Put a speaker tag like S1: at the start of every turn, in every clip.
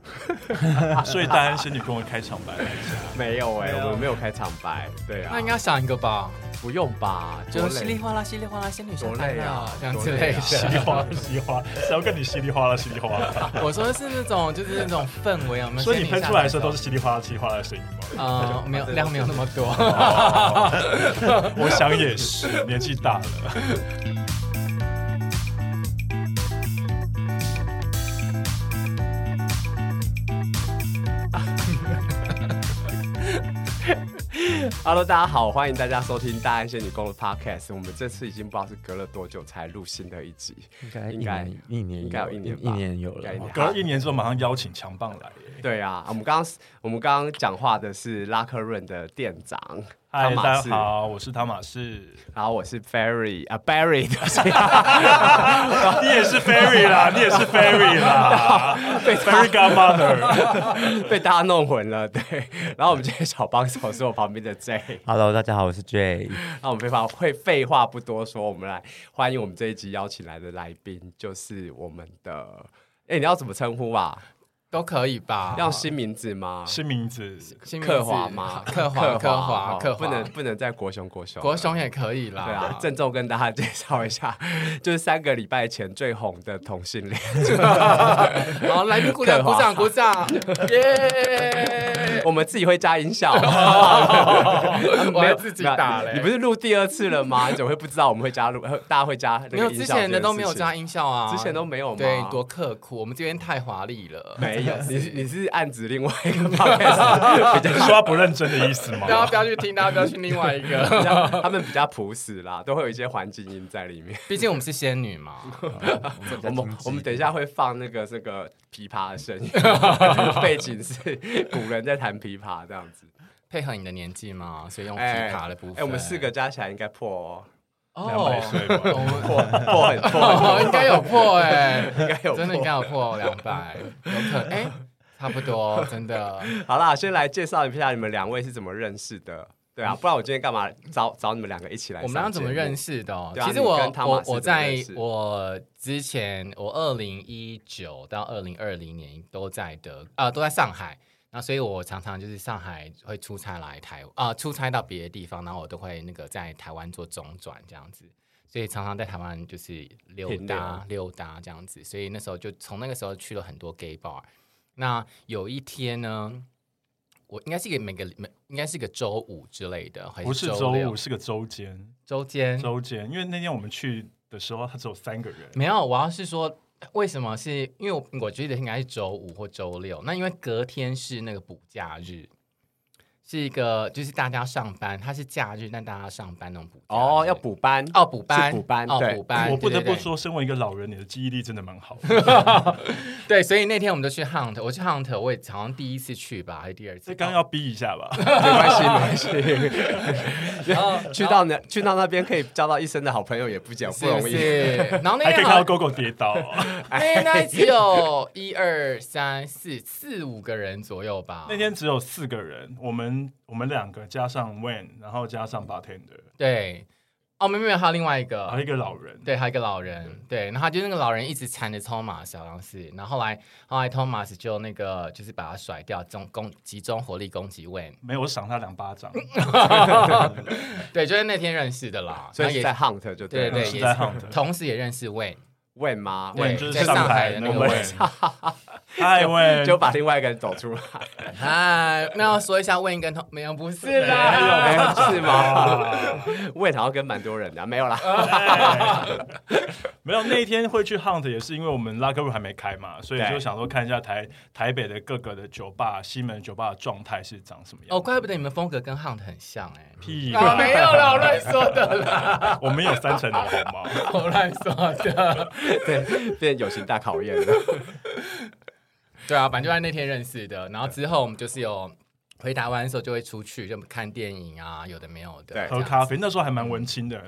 S1: 所以大安仙女跟我开场白来讲，
S2: 没有哎、
S3: 没有
S2: 我们没有开场白，对啊，
S3: 那应该想一个吧，
S2: 不用吧？
S3: 就
S2: 多
S3: 是稀
S2: 累
S3: 里哗啦，稀里哗啦，仙女下
S2: 多
S3: 凡
S2: 累啊
S3: 了，这样
S2: 多
S3: 之
S2: 累
S3: 类
S2: 啊
S1: 稀里
S3: 的。
S1: 哗啦，稀里哗啦，谁要跟你稀里哗啦，稀里哗 啦？
S3: 啊 我说的是那种，就是那种氛围，啊我们
S1: 所以你喷出来的时候都
S3: 是
S1: 是稀里哗啦、稀里哗啦的声音吗？
S3: 呃，没有量没有那么多。
S1: 我想也是，年纪大了。
S2: Hello，大家好，欢迎大家收听大安仙女宫的 Podcast。我们这次已经不知道是隔了多久才录新的一集，
S4: 应该
S2: 应
S4: 一
S2: 该
S4: 年一年
S2: 应该有
S4: 有
S2: 一年吧
S4: 一年有
S2: 应该一
S4: 了
S2: 年，
S1: 哦隔了一年之后，马上邀请强棒来耶。
S2: 对啊，我们刚刚我们刚刚讲话的是拉克润的店长
S1: 嗨，
S2: 汤马
S1: 大
S2: 士
S1: 家，好，我是汤马士，
S2: 然后我是 Ferry 啊 Barry，对不 起
S1: 啊你也是 Fairy 啦，你也是 Fairy 啦 ，Fairy Godmother。
S2: 被大家弄混了。对，然后我们今天小帮手是我旁边的 J。
S4: Hello，大家好，我是 J。
S2: 那我们废话会废话不多说，我们来欢迎我们这一集邀请来的来宾，就是我们的。哎、你要怎么称呼啊？
S3: 都可以吧？
S2: 要新名字吗？
S1: 新名字，
S3: 新名字
S2: 克华 吗？
S3: 克 华，克华，
S2: 哦
S3: 克华，
S2: 不能不能再国雄国雄了
S3: 国雄也可以啦。
S2: 对啊，郑重跟大家介绍一下， 就是三个礼拜前最红的同性恋。
S3: 好，来宾鼓 掌，
S2: 克华
S3: 鼓掌，鼓掌，耶！
S2: 我们自己会加音 效，
S3: 我还自己打嘞
S2: 你不是录第二次了吗？你怎么会不知道我们会加录？ 大家会加那个
S3: 没有
S2: 音
S3: 之
S2: 效
S3: 前的
S2: 这件
S3: 都没有
S2: 事情
S3: 加音效啊，
S2: 之前都没有吗
S3: 对，多刻苦，我们这边太华丽了。
S2: 没有，你是你是暗指另外一个 podcast 比较
S1: 说他不认真的意思吗
S3: 大？家不要去听，大家不要去另外一个。
S2: 比较，他们比较朴实啦，都会有一些环境音在里面。
S3: 毕竟我们是仙女嘛，
S2: 我们我们等一下会放那个这个琵琶的声 音，背景是古人在弹琵琶这样子。
S3: 配合你的年纪嘛，所以用琵
S2: 哎
S3: 琶的部分。
S2: 哎，我们四个加起来应该破哦，
S1: 两百岁吧
S3: 我们
S2: 破破很破，
S3: 哦，应该有破哎、
S2: 应该有
S3: 真的应
S2: 破
S3: 该有破两百，有可哎、差不多，真的。
S2: 好啦，先来介绍一下你们两位是怎么认识的。对啊，不然我今天干嘛找找你们两个一起来？
S3: 嗯我们俩怎么认
S2: 识？
S3: 识的哦、
S2: 对啊
S3: 其实
S2: 你
S3: 我
S2: 跟汤马
S3: 我
S2: 斯
S3: 我
S2: 怎么
S3: 在
S2: 认识
S3: 我之前，我二零一九到二零二零年都在德啊、都在上海。那所以，我常常就是上海会出差来台啊、出差到别的地方，然后我都会那个在台湾做中转这样子，所以常常在台湾就是溜
S2: 停留
S3: 达溜达这样子。所以那时候就从那个时候去了很多 gay bar。那有一天呢，我应该是一个每个每应该是一个周五之类的，还
S1: 不是周
S3: 周六
S1: 五，是个周间。
S3: 周间
S1: 周间，因为那天我们去的时候，他只有三个人。
S3: 没有，我要是说为什么是因为我我觉得应该是周五或周六，那因为隔天是那个补假日，是一个就是大家上班，它是假日，但大家上班那种补假日
S2: 哦，要补班
S3: 哦补班
S2: 是补班
S3: 哦
S2: 对
S3: 补班，
S1: 我不得
S3: 对
S1: 不
S3: 对对
S1: 说，身为一个老人，你的记忆力真的蛮好的。
S3: 对，所以那天我们就去 hunt，我去 hunt，我也好像第一次去吧，还是第二次
S1: 这，
S3: 哦
S1: 刚要逼一下吧？
S2: 没关系，没关系。
S3: 然后
S2: 去到那去到那边可以交到一生的好朋友，也不讲不
S3: 是不
S2: 容易。哎
S3: 是？ 然后那
S1: 还可以
S3: 天
S1: 看
S3: 好
S1: 到。狗狗跌倒，
S3: 那那只有一二三四四五个人左右吧。
S1: 那天只有四个人，我们我们两个加上 Wen，然后加上 bartender，
S3: 对，哦，没有没有，还有另外一个，
S1: 还有一个老人。
S3: 对，还有一个老人，对，然后他就那个老人一直缠着 Thomas，好像是，然后后来后来 Thomas 就那个就是把他甩掉，中攻集中火力攻击 Wayne，
S1: 没有，我赏他两巴 掌。
S3: 对，就是那天认识的啦，
S2: 所
S3: 那
S2: 以是
S3: 也
S2: 在 hunt 就
S3: 对
S2: 了
S3: 对
S1: 是
S3: 也
S1: 在
S3: 是
S1: Hunt
S3: 同时也认识 Wayne，
S2: 问吗？
S3: 对
S1: Wen 就是
S3: 在
S1: 上
S3: 上海
S1: 海
S3: 的
S1: 那
S3: 那
S1: 个
S3: 个
S1: Wen。嗨 Wen，
S2: 就把另外一个人走出来，
S3: 哎，那要说一下 Wayne 跟 Tom 没有不
S1: 哎
S3: 是
S2: 没有没
S3: 啦，
S2: 有是吗？
S1: 啊
S2: 问好像跟蛮多人的，没有啦。
S3: 啊
S1: 没有，那一天会去 hunt 也是因为我们拉克路还没开嘛，所以
S2: 对
S1: 就想说看一下台台北的各个的酒吧、西门酒吧的状态是长什么样。
S3: 哦，怪不得你们风格跟 Hunt 很像哎、
S1: 屁
S3: 啊，
S1: 啦，
S3: 没有啦，我乱说的啦，
S1: 我们有三层楼好吗？
S3: 我乱说的。
S2: 对，变友情大考验了。
S3: 对啊，反正就在那天认识的，然后之后我们就是有回台湾的时候就会出去，就看电影啊，有的没有的，
S2: 对
S3: 这
S1: 喝
S3: 样
S1: 咖
S3: 子。
S1: 啡，那时候还蛮文青的，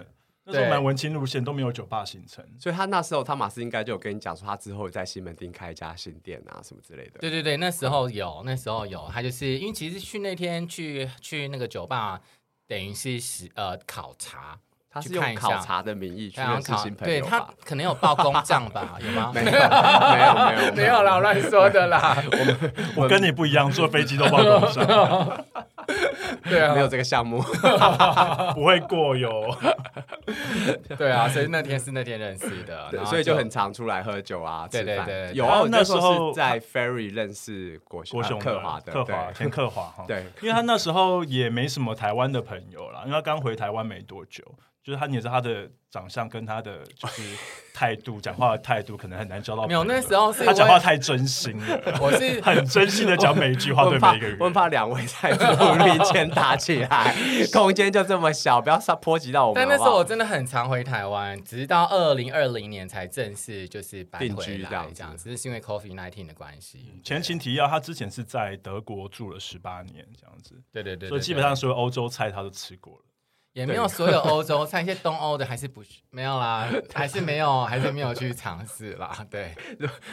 S1: 那时候蛮文青路线都没有酒吧行程。
S2: 所以他那时候，汤马斯应该就有跟你讲说，他之后在西门町开一家新店啊，什么之类的。
S3: 对对对，那时候有，那时候有，他就是因为其实去那天去去那个酒吧，等于是实呃考察，
S2: 他是
S3: 去看
S2: 用
S3: 一
S2: 考
S3: 下
S2: 察的名义去
S3: 对然后
S2: 认识
S3: 考
S2: 新朋
S3: 对
S2: 友
S3: 他
S2: 吧？
S3: 可能有报公账吧，有吗？
S2: 没有，没有，没有，
S3: 没有啦，我乱说的啦。
S1: 我跟你不一样，坐飞机都报工伤，
S3: 对
S2: 没有
S3: 啊，
S2: 这个项目。
S1: 不会 过哟。
S3: 对啊，所以那天是那天认识的，
S2: 对
S3: 然后
S2: 所以就很常出来喝酒啊，
S3: 对
S2: 吃
S3: 对
S2: 饭
S3: 对对
S2: 有
S1: 他
S2: 啊，我
S1: 那
S2: 那时
S1: 时
S2: 候
S1: 候
S2: 是在 Ferry 认识国
S1: 郭
S2: 呃
S1: 雄
S2: 克华的，
S1: 克华
S2: 对
S1: 田克华哈，
S2: 对，
S1: 因为他那时候也没什么台湾的朋友啦，因为他刚回台湾没多久，就是他你也知道他的长相跟他的就是 态度，讲话的态度可能很难交到朋友。
S3: 没有那时候是
S1: 他
S3: 我
S1: 讲话太真心了，
S3: 我 是
S1: 很真心的讲每一句话
S2: 我
S1: 对
S2: 很怕
S1: 每一个人。
S2: 我很怕两位在努力间打起 来，空间就这么小，不要上波及到我们
S3: 但
S2: 好
S3: 那
S2: 不好。
S3: 时候我真的很常回台湾，直到二零二零年才正式就是搬
S2: 定
S3: 回
S2: 居
S3: 来
S2: 这样子
S3: 这样子，只是因为 COVID nineteen 的关系。
S1: 前情提要，他之前是在德国住了十八年这样子，
S3: 对对对对
S1: 所以基
S3: 对
S1: 本上所有欧洲菜他都吃过了。
S3: 也没有所有欧洲，像一些东欧的还是不是没有啦，还是没有，还是没有去尝试啦。对，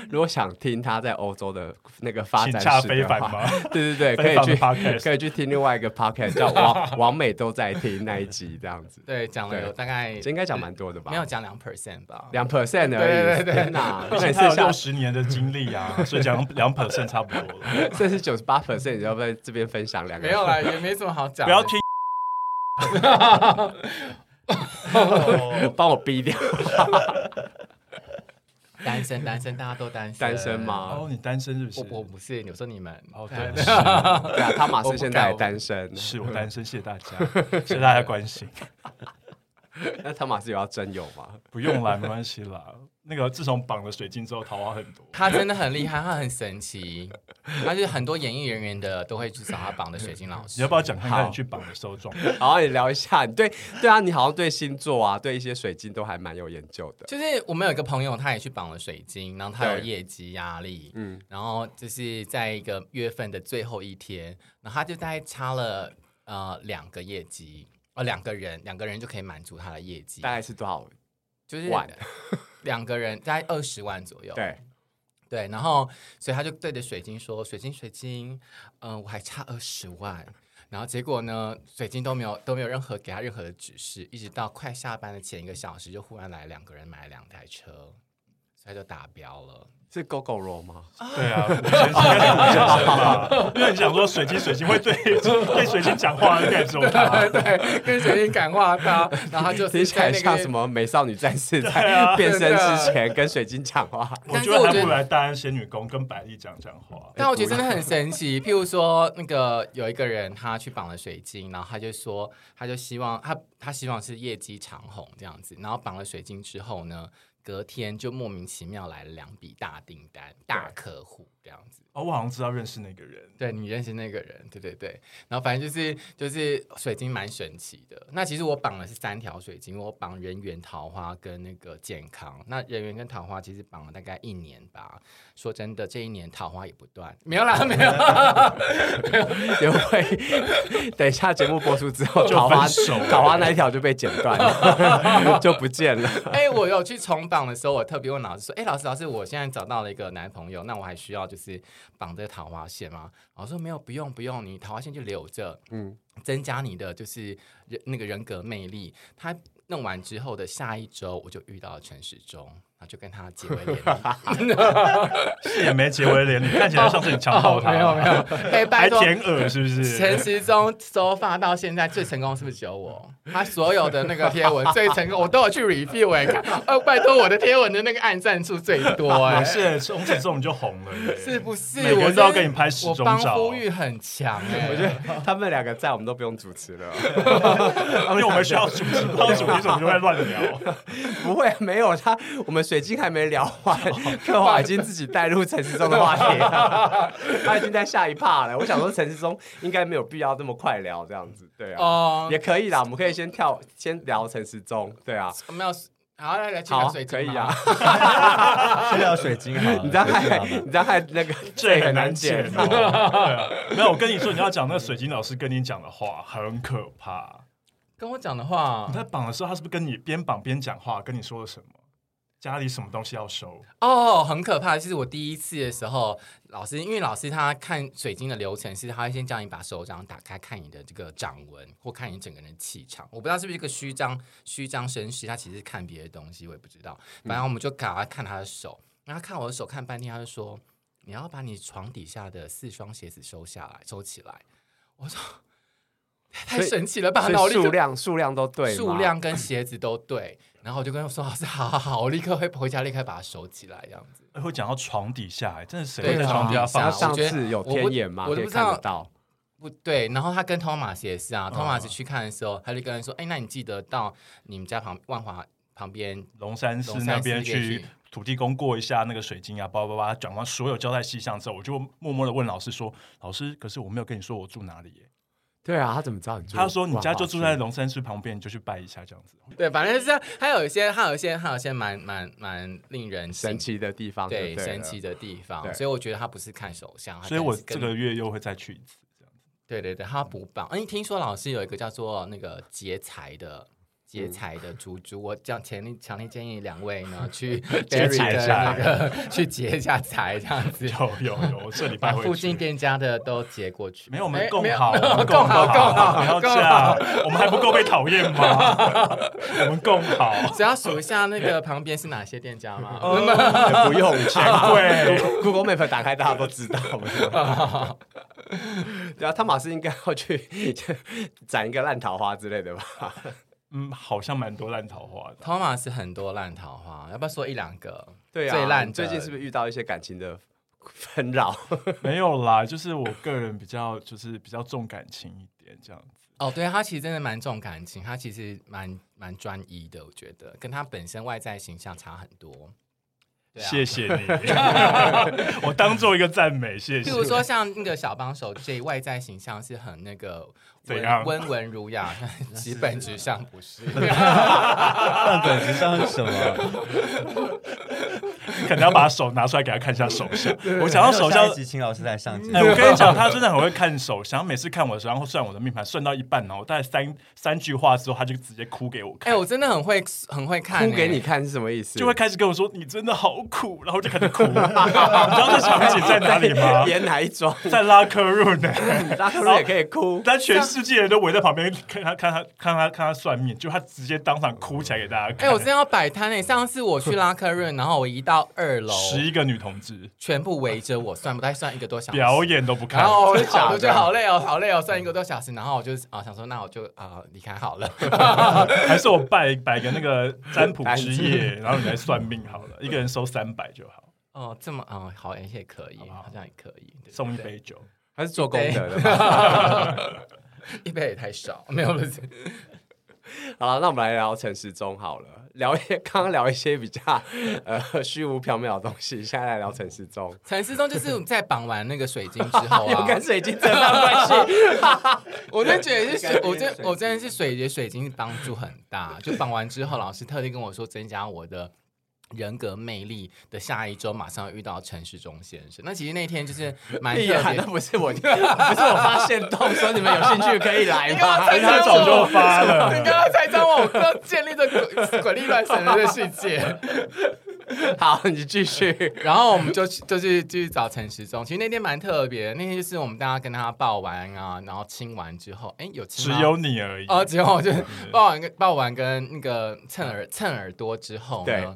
S2: 如果想听他在欧洲的那个发
S1: 请
S2: 展
S1: 洽
S2: 史
S1: 非
S2: 的
S1: 凡
S2: 话，
S1: 吗？
S2: 对对对，可
S1: 非凡
S2: 以
S1: 的
S2: 去
S1: podcast
S2: 可以去听另外一个 podcast 叫 王王美都在听那一集这样子，
S3: 对，讲了有
S2: 对
S3: 大概
S2: 这应该讲蛮多的吧？
S3: 没有讲两 percent 吧，
S2: 两 percent 而
S3: 对对
S2: 已，
S3: 对
S2: 天哪！
S1: 毕
S2: 那
S1: 竟
S2: 也
S1: 他
S2: 是
S1: 有
S2: 像
S1: 六十年的经历 啊，所以讲两 percent 差不多了。
S2: 这是九十八 percent，你要不要在这边分享两个？
S3: 没有啦，也没什么好讲
S1: 不
S3: 的。
S1: 要听，
S2: 帮我逼掉
S3: 单身，单身，大家都单身，
S2: 单身？吗
S1: 哦，？你单身是不是
S3: 我？我不是，我说你们
S1: 哦，
S3: 对
S1: 对，是
S2: 对啊，汤马
S3: 我
S2: 斯
S3: 不
S2: 现
S3: 敢
S2: 在
S3: 我
S2: 也单身，
S1: 是我单身，谢谢大 家，谢谢大家关心。
S2: 那汤马斯有要真有吗？
S1: 不用啦，没关系啦。那个自从绑了水晶之后，桃花很多。
S3: 他真的很厉害，他很神奇，他就是很多演艺人员的都会去找他绑的水晶老师。
S1: 你要不要讲看看
S2: 好
S1: 你去绑的时候状况？
S2: 好啊，你聊一下，你对对啊，你好像对星座啊，对一些水晶都还蛮有研究的。
S3: 就是我们有一个朋友，他也去绑了水晶，然后他有
S2: 对
S3: 业绩压力，
S2: 嗯，
S3: 然后就是在一个月份的最后一天，然后他就大概差了呃两个业绩，哦两个人，两个人就可以满足他的业绩
S2: 大，概是多少？
S3: 就是
S2: 万
S3: 两个人大概二十万左右，
S2: 对，
S3: 对，然后所以他就对着水晶说：“水晶，水晶，嗯、我还差二十万。”然后结果呢，水晶都没有都没有任何给他任何的指示，一直到快下班的前一个小时，就忽然来两个人买了两台车，所以他就达标了。
S2: 是 GoGo 肉吗？
S1: 对啊，我先应该是我先生吧，因为你想说水晶，水晶 会对对水晶讲话，应该只有他。
S3: 对，跟水晶感化他，啊 然后他就是
S2: 听起
S3: 在
S2: 来
S3: 那
S2: 像
S3: 个
S2: 什么美少女战士
S1: 对啊
S2: 在变身之前跟水晶讲话，
S1: 我
S3: 但是
S1: 觉
S3: 我
S1: 得还
S3: 觉
S1: 不
S3: 得
S1: 如来大安仙女宫跟百丽讲讲话。
S3: 但我觉得真的很神奇。譬如说，那个有一个人他去绑了水晶，然后他就说，他就希望他他希望是业绩长虹这样子。然后绑了水晶之后呢，隔天就莫名其妙来了两笔大订单、大客户这样子。
S1: 哦，我好像知道认识那个人，
S3: 对你认识那个人，对对对。然后反正就是就是水晶蛮神奇的。那其实我绑的是三条水晶，我绑人缘、桃花跟那个健康。那人缘跟桃花其实绑了大概一年吧。说真的，这一年桃花也不断，没有啦，没有。
S2: 也会等一下节目播出之后，
S1: 就
S2: 桃花
S1: 分手了
S2: 桃花那一条就被剪断了， 就不见了。
S3: 哎、我有去重绑的时候，我特别问老师说：“哎、老师，老师，我现在找到了一个男朋友，那我还需要就是绑这个桃花线吗？”老师说：“没有，不用，不用，你桃花线就留着，
S2: 嗯，
S3: 增加你的就是人那个人格魅力。”他弄完之后的下一周，我就遇到了陈时中，然后就跟他结为连理。
S1: 是也没结为连理，看起来像是你强暴他，
S3: 没有没有， 哎、拜
S1: 还
S3: 托。
S1: 舔耳是不
S3: 陈
S1: 是？
S3: 时中收发到现在最成功是不是只有我？他所有的那个贴文最成功，我都有去 review 哎、看哦，拜托我的贴文的那个按赞数最多哎、
S1: 也是，从此之后你就红了耶，
S3: 是不是？
S1: 每个人都要跟你拍时
S3: 我
S1: 钟
S3: 帮
S1: 照哦
S3: 呼吁很强 哎、
S2: 我觉得 他们两个在，我们都不用主持 了。
S1: 因为我们需要主持，不知道主题，怎么就会乱聊。
S2: 不会，没有他，我们水晶还没聊完，克华已经自己带入陈世忠的话题了， 他已经在下一趴了。我想说，陈世忠应该没有必要这么快聊这样子，对啊，
S3: 哦，
S2: 也可以啦，我们可以先跳，先聊陈世忠，对啊，
S3: 我们要好来来去
S2: 好
S3: 拿
S2: 啊，
S3: 水晶
S2: 可以啊
S3: 吧。，
S4: 去聊水晶好了。
S2: 你这样
S4: 水晶
S2: 害
S4: 好了，
S2: 你这样害那个
S1: 这
S2: 这
S1: 很
S2: 很
S1: 难
S2: 难
S1: 剪
S2: 剪
S1: 哦。对啊没有，我跟你说，你要讲那个水晶老师跟你讲的话很可怕。
S3: 跟我讲的话
S1: 你，在绑的时候，他是不是跟你边绑边讲话，跟你说了什么？家里什么东西要收，
S3: 哦，很可怕。其实我第一次的时候，老师因为老师他看水晶的流程是，他会先叫你把手掌打开，看你的这个掌纹或看你整个人的气场。我不知道是不是一个虚张虚张声势，他其实是看别的东西，我也不知道。反正我们就赶快看他的手，然后他看我的手看半天，他就说你要把你床底下的四双鞋子收下来，收起来。我说太
S2: 所以
S3: 神奇了吧，
S2: 所以
S3: 然后我立刻
S2: 数量数量都对吗，
S3: 数量跟鞋子都对。然后我就跟他说：“老师，好好好，我立刻会回家，立刻把它收起来，这样子。
S1: 哎会讲到床底下、哎真的谁
S3: 对啊
S1: 会在床底下
S3: 床底下
S1: 放
S2: 那
S1: 手
S3: 我
S2: 啊上
S3: 觉得
S2: 次有
S3: 我不
S2: 天眼吗？
S3: 我都
S2: 可以
S3: 不知道
S2: 看得到，
S3: 不对，然后他跟托马斯也是
S1: 嗯
S3: 啊，托马斯去看的时候，他就跟人说：“哎，那你记得到你们家旁万华旁边，
S1: 龙山寺
S3: 龙
S1: 那
S3: 山寺
S1: 边
S3: 那边
S1: 去
S3: 去
S1: 土地公过一下那个水晶啊，叭叭叭，讲完所有交代细项之后，我就默默的问老师说：“老师，可是我没有跟你说我住哪里耶、
S2: 对啊，他怎么知道你住？
S1: 他说：“你家就住在龙山寺旁边，你就去拜一下这样子。
S3: 对，反正是还有一些，还有一些，还有一些蛮蛮蛮令人
S2: 神奇的地方，
S3: 对
S2: 对了
S3: 神奇。的地
S2: 对
S3: 方。所以我觉得他不是看手相，”他
S1: 所以我
S3: 可能是
S1: 这
S3: 跟
S1: 个月又会再去一次。
S3: 对对对，他补榜。哎，听说老师有一个叫做那个劫财的。劫
S1: 嗯
S3: 财的猪猪，我这样强烈强烈建议两位 呢去
S2: 劫
S3: Berry
S2: 财
S3: 的
S2: 一
S3: 那
S2: 下
S3: 个 去劫一下财，这样 子，
S1: 有有有，我这礼
S3: 把
S1: 拜会
S3: 附
S1: 去
S3: 近店家的都劫过去。
S1: 没有，我们
S3: 哎
S1: 共
S3: 没有
S1: 好，我们
S3: 共好
S1: 好，
S3: 共好
S1: 不要
S3: 共
S1: 这样，我们还不够被讨厌 吗？我们共好，
S3: 只要数一下那个旁边是哪些店家 吗？哦
S2: 也不用 钱
S1: 对，
S2: ，Google Map 打开大家都知道了。 对啊，汤马斯应该要去 斩一个烂桃花之类的吧？
S1: 嗯，好像蛮多烂桃花的。
S3: 托马斯很多烂桃花，要不要说一两个？
S2: 对啊，
S3: 最烂的
S2: 你最近是不是遇到一些感情的纷扰？
S1: 没有啦，就是我个人比较就是比较重感情一点这样子。
S3: 哦，对他其实真的蛮重感情，他其实蛮蛮专一的，我觉得跟他本身外在形象差很多。对啊
S1: 谢谢你，我当做一个赞美，谢谢。
S3: 譬如说像那个小帮手 J 外在形象是很那个
S1: 怎
S3: 温
S1: 样
S3: 温文 儒雅，但其实本质上不是。
S1: 啊
S4: 但本质上是什 么？
S1: 可能要把手拿出来给他看一下手相。我想要手
S4: 下
S1: 相
S4: 一，集请老师来上节
S1: 哎，
S4: 目
S1: 我。跟你讲，他真的很会看手相，每次看我的手相或算我的命盘，算到一半然后大概三三句话之后，他就直接哭给我
S3: 哎、
S1: 看。
S3: 我真的很会很会看、欸
S2: 哭给你。看欸是什么意思？？
S1: 就会开始跟我说：“你真的好苦。”然后就开始 哭。你知道这场景在哪里 吗
S2: 演哪一桩？
S1: 在拉科路呢。
S2: 拉克瑞也可以哭，
S1: 但全世界人都围在旁边看他看他看他看他算命，就他直接当场哭起来给大家
S3: 哎、
S1: 看。
S3: 我真的要摆摊哎！上次我去拉客润，然后我一到二 楼，
S1: 十一个女同志
S3: 全部围着我算，不太算一个多小时。
S1: 表演都不看
S3: 然，后我
S2: 真
S3: 就
S2: 的假的
S3: 我就好累哦，好累哦，算一个多小时，然后我就啊想说，那我就啊离开好了。
S1: 还是我摆摆个那个占卜 之夜，然后你来算命好了，一个人收三百就好，
S3: 哦，这么哦好，而且可以，
S1: 好不好
S3: 好像也可以，对
S1: 送一，杯酒。
S2: 还是做功德的 吧？
S3: 对一杯也太少，没有了。
S2: 好了，那我们来聊陈时中好了，聊一些刚刚聊一些比较呃虚无缥缈的东西，现在来聊陈时中。
S3: 陈思忠就是在绑完那个水晶之后
S2: 又
S3: 啊，
S2: 跟水晶扯上关系，
S3: 我真的觉得是水，我真我真的是水节水晶帮助很大。就绑完之后，老师特地跟我说，增加我的人格魅力的下一周，马上要遇到陈世忠先生。那其实那天就是蛮特
S2: 屁哎呀！
S3: 别
S2: 那。不是我， 不是我发现动说 你们有兴趣可以来吗？
S3: 你刚
S1: 他
S3: 刚
S1: 早就发 了，
S3: 你刚刚才张我，我要建立这鬼鬼力乱神的世界。
S2: 好，你继续。
S3: 然后我们就去，就是继续找陈时中。其实那天蛮特别的，那天就是我们大家跟他抱完啊，然后亲完之后，哎，有亲
S1: 只
S3: 吗
S1: 有你而已。嗯
S3: 哦，之后就是抱完跟抱完跟那个蹭耳蹭耳朵之后
S2: 对
S3: 呢，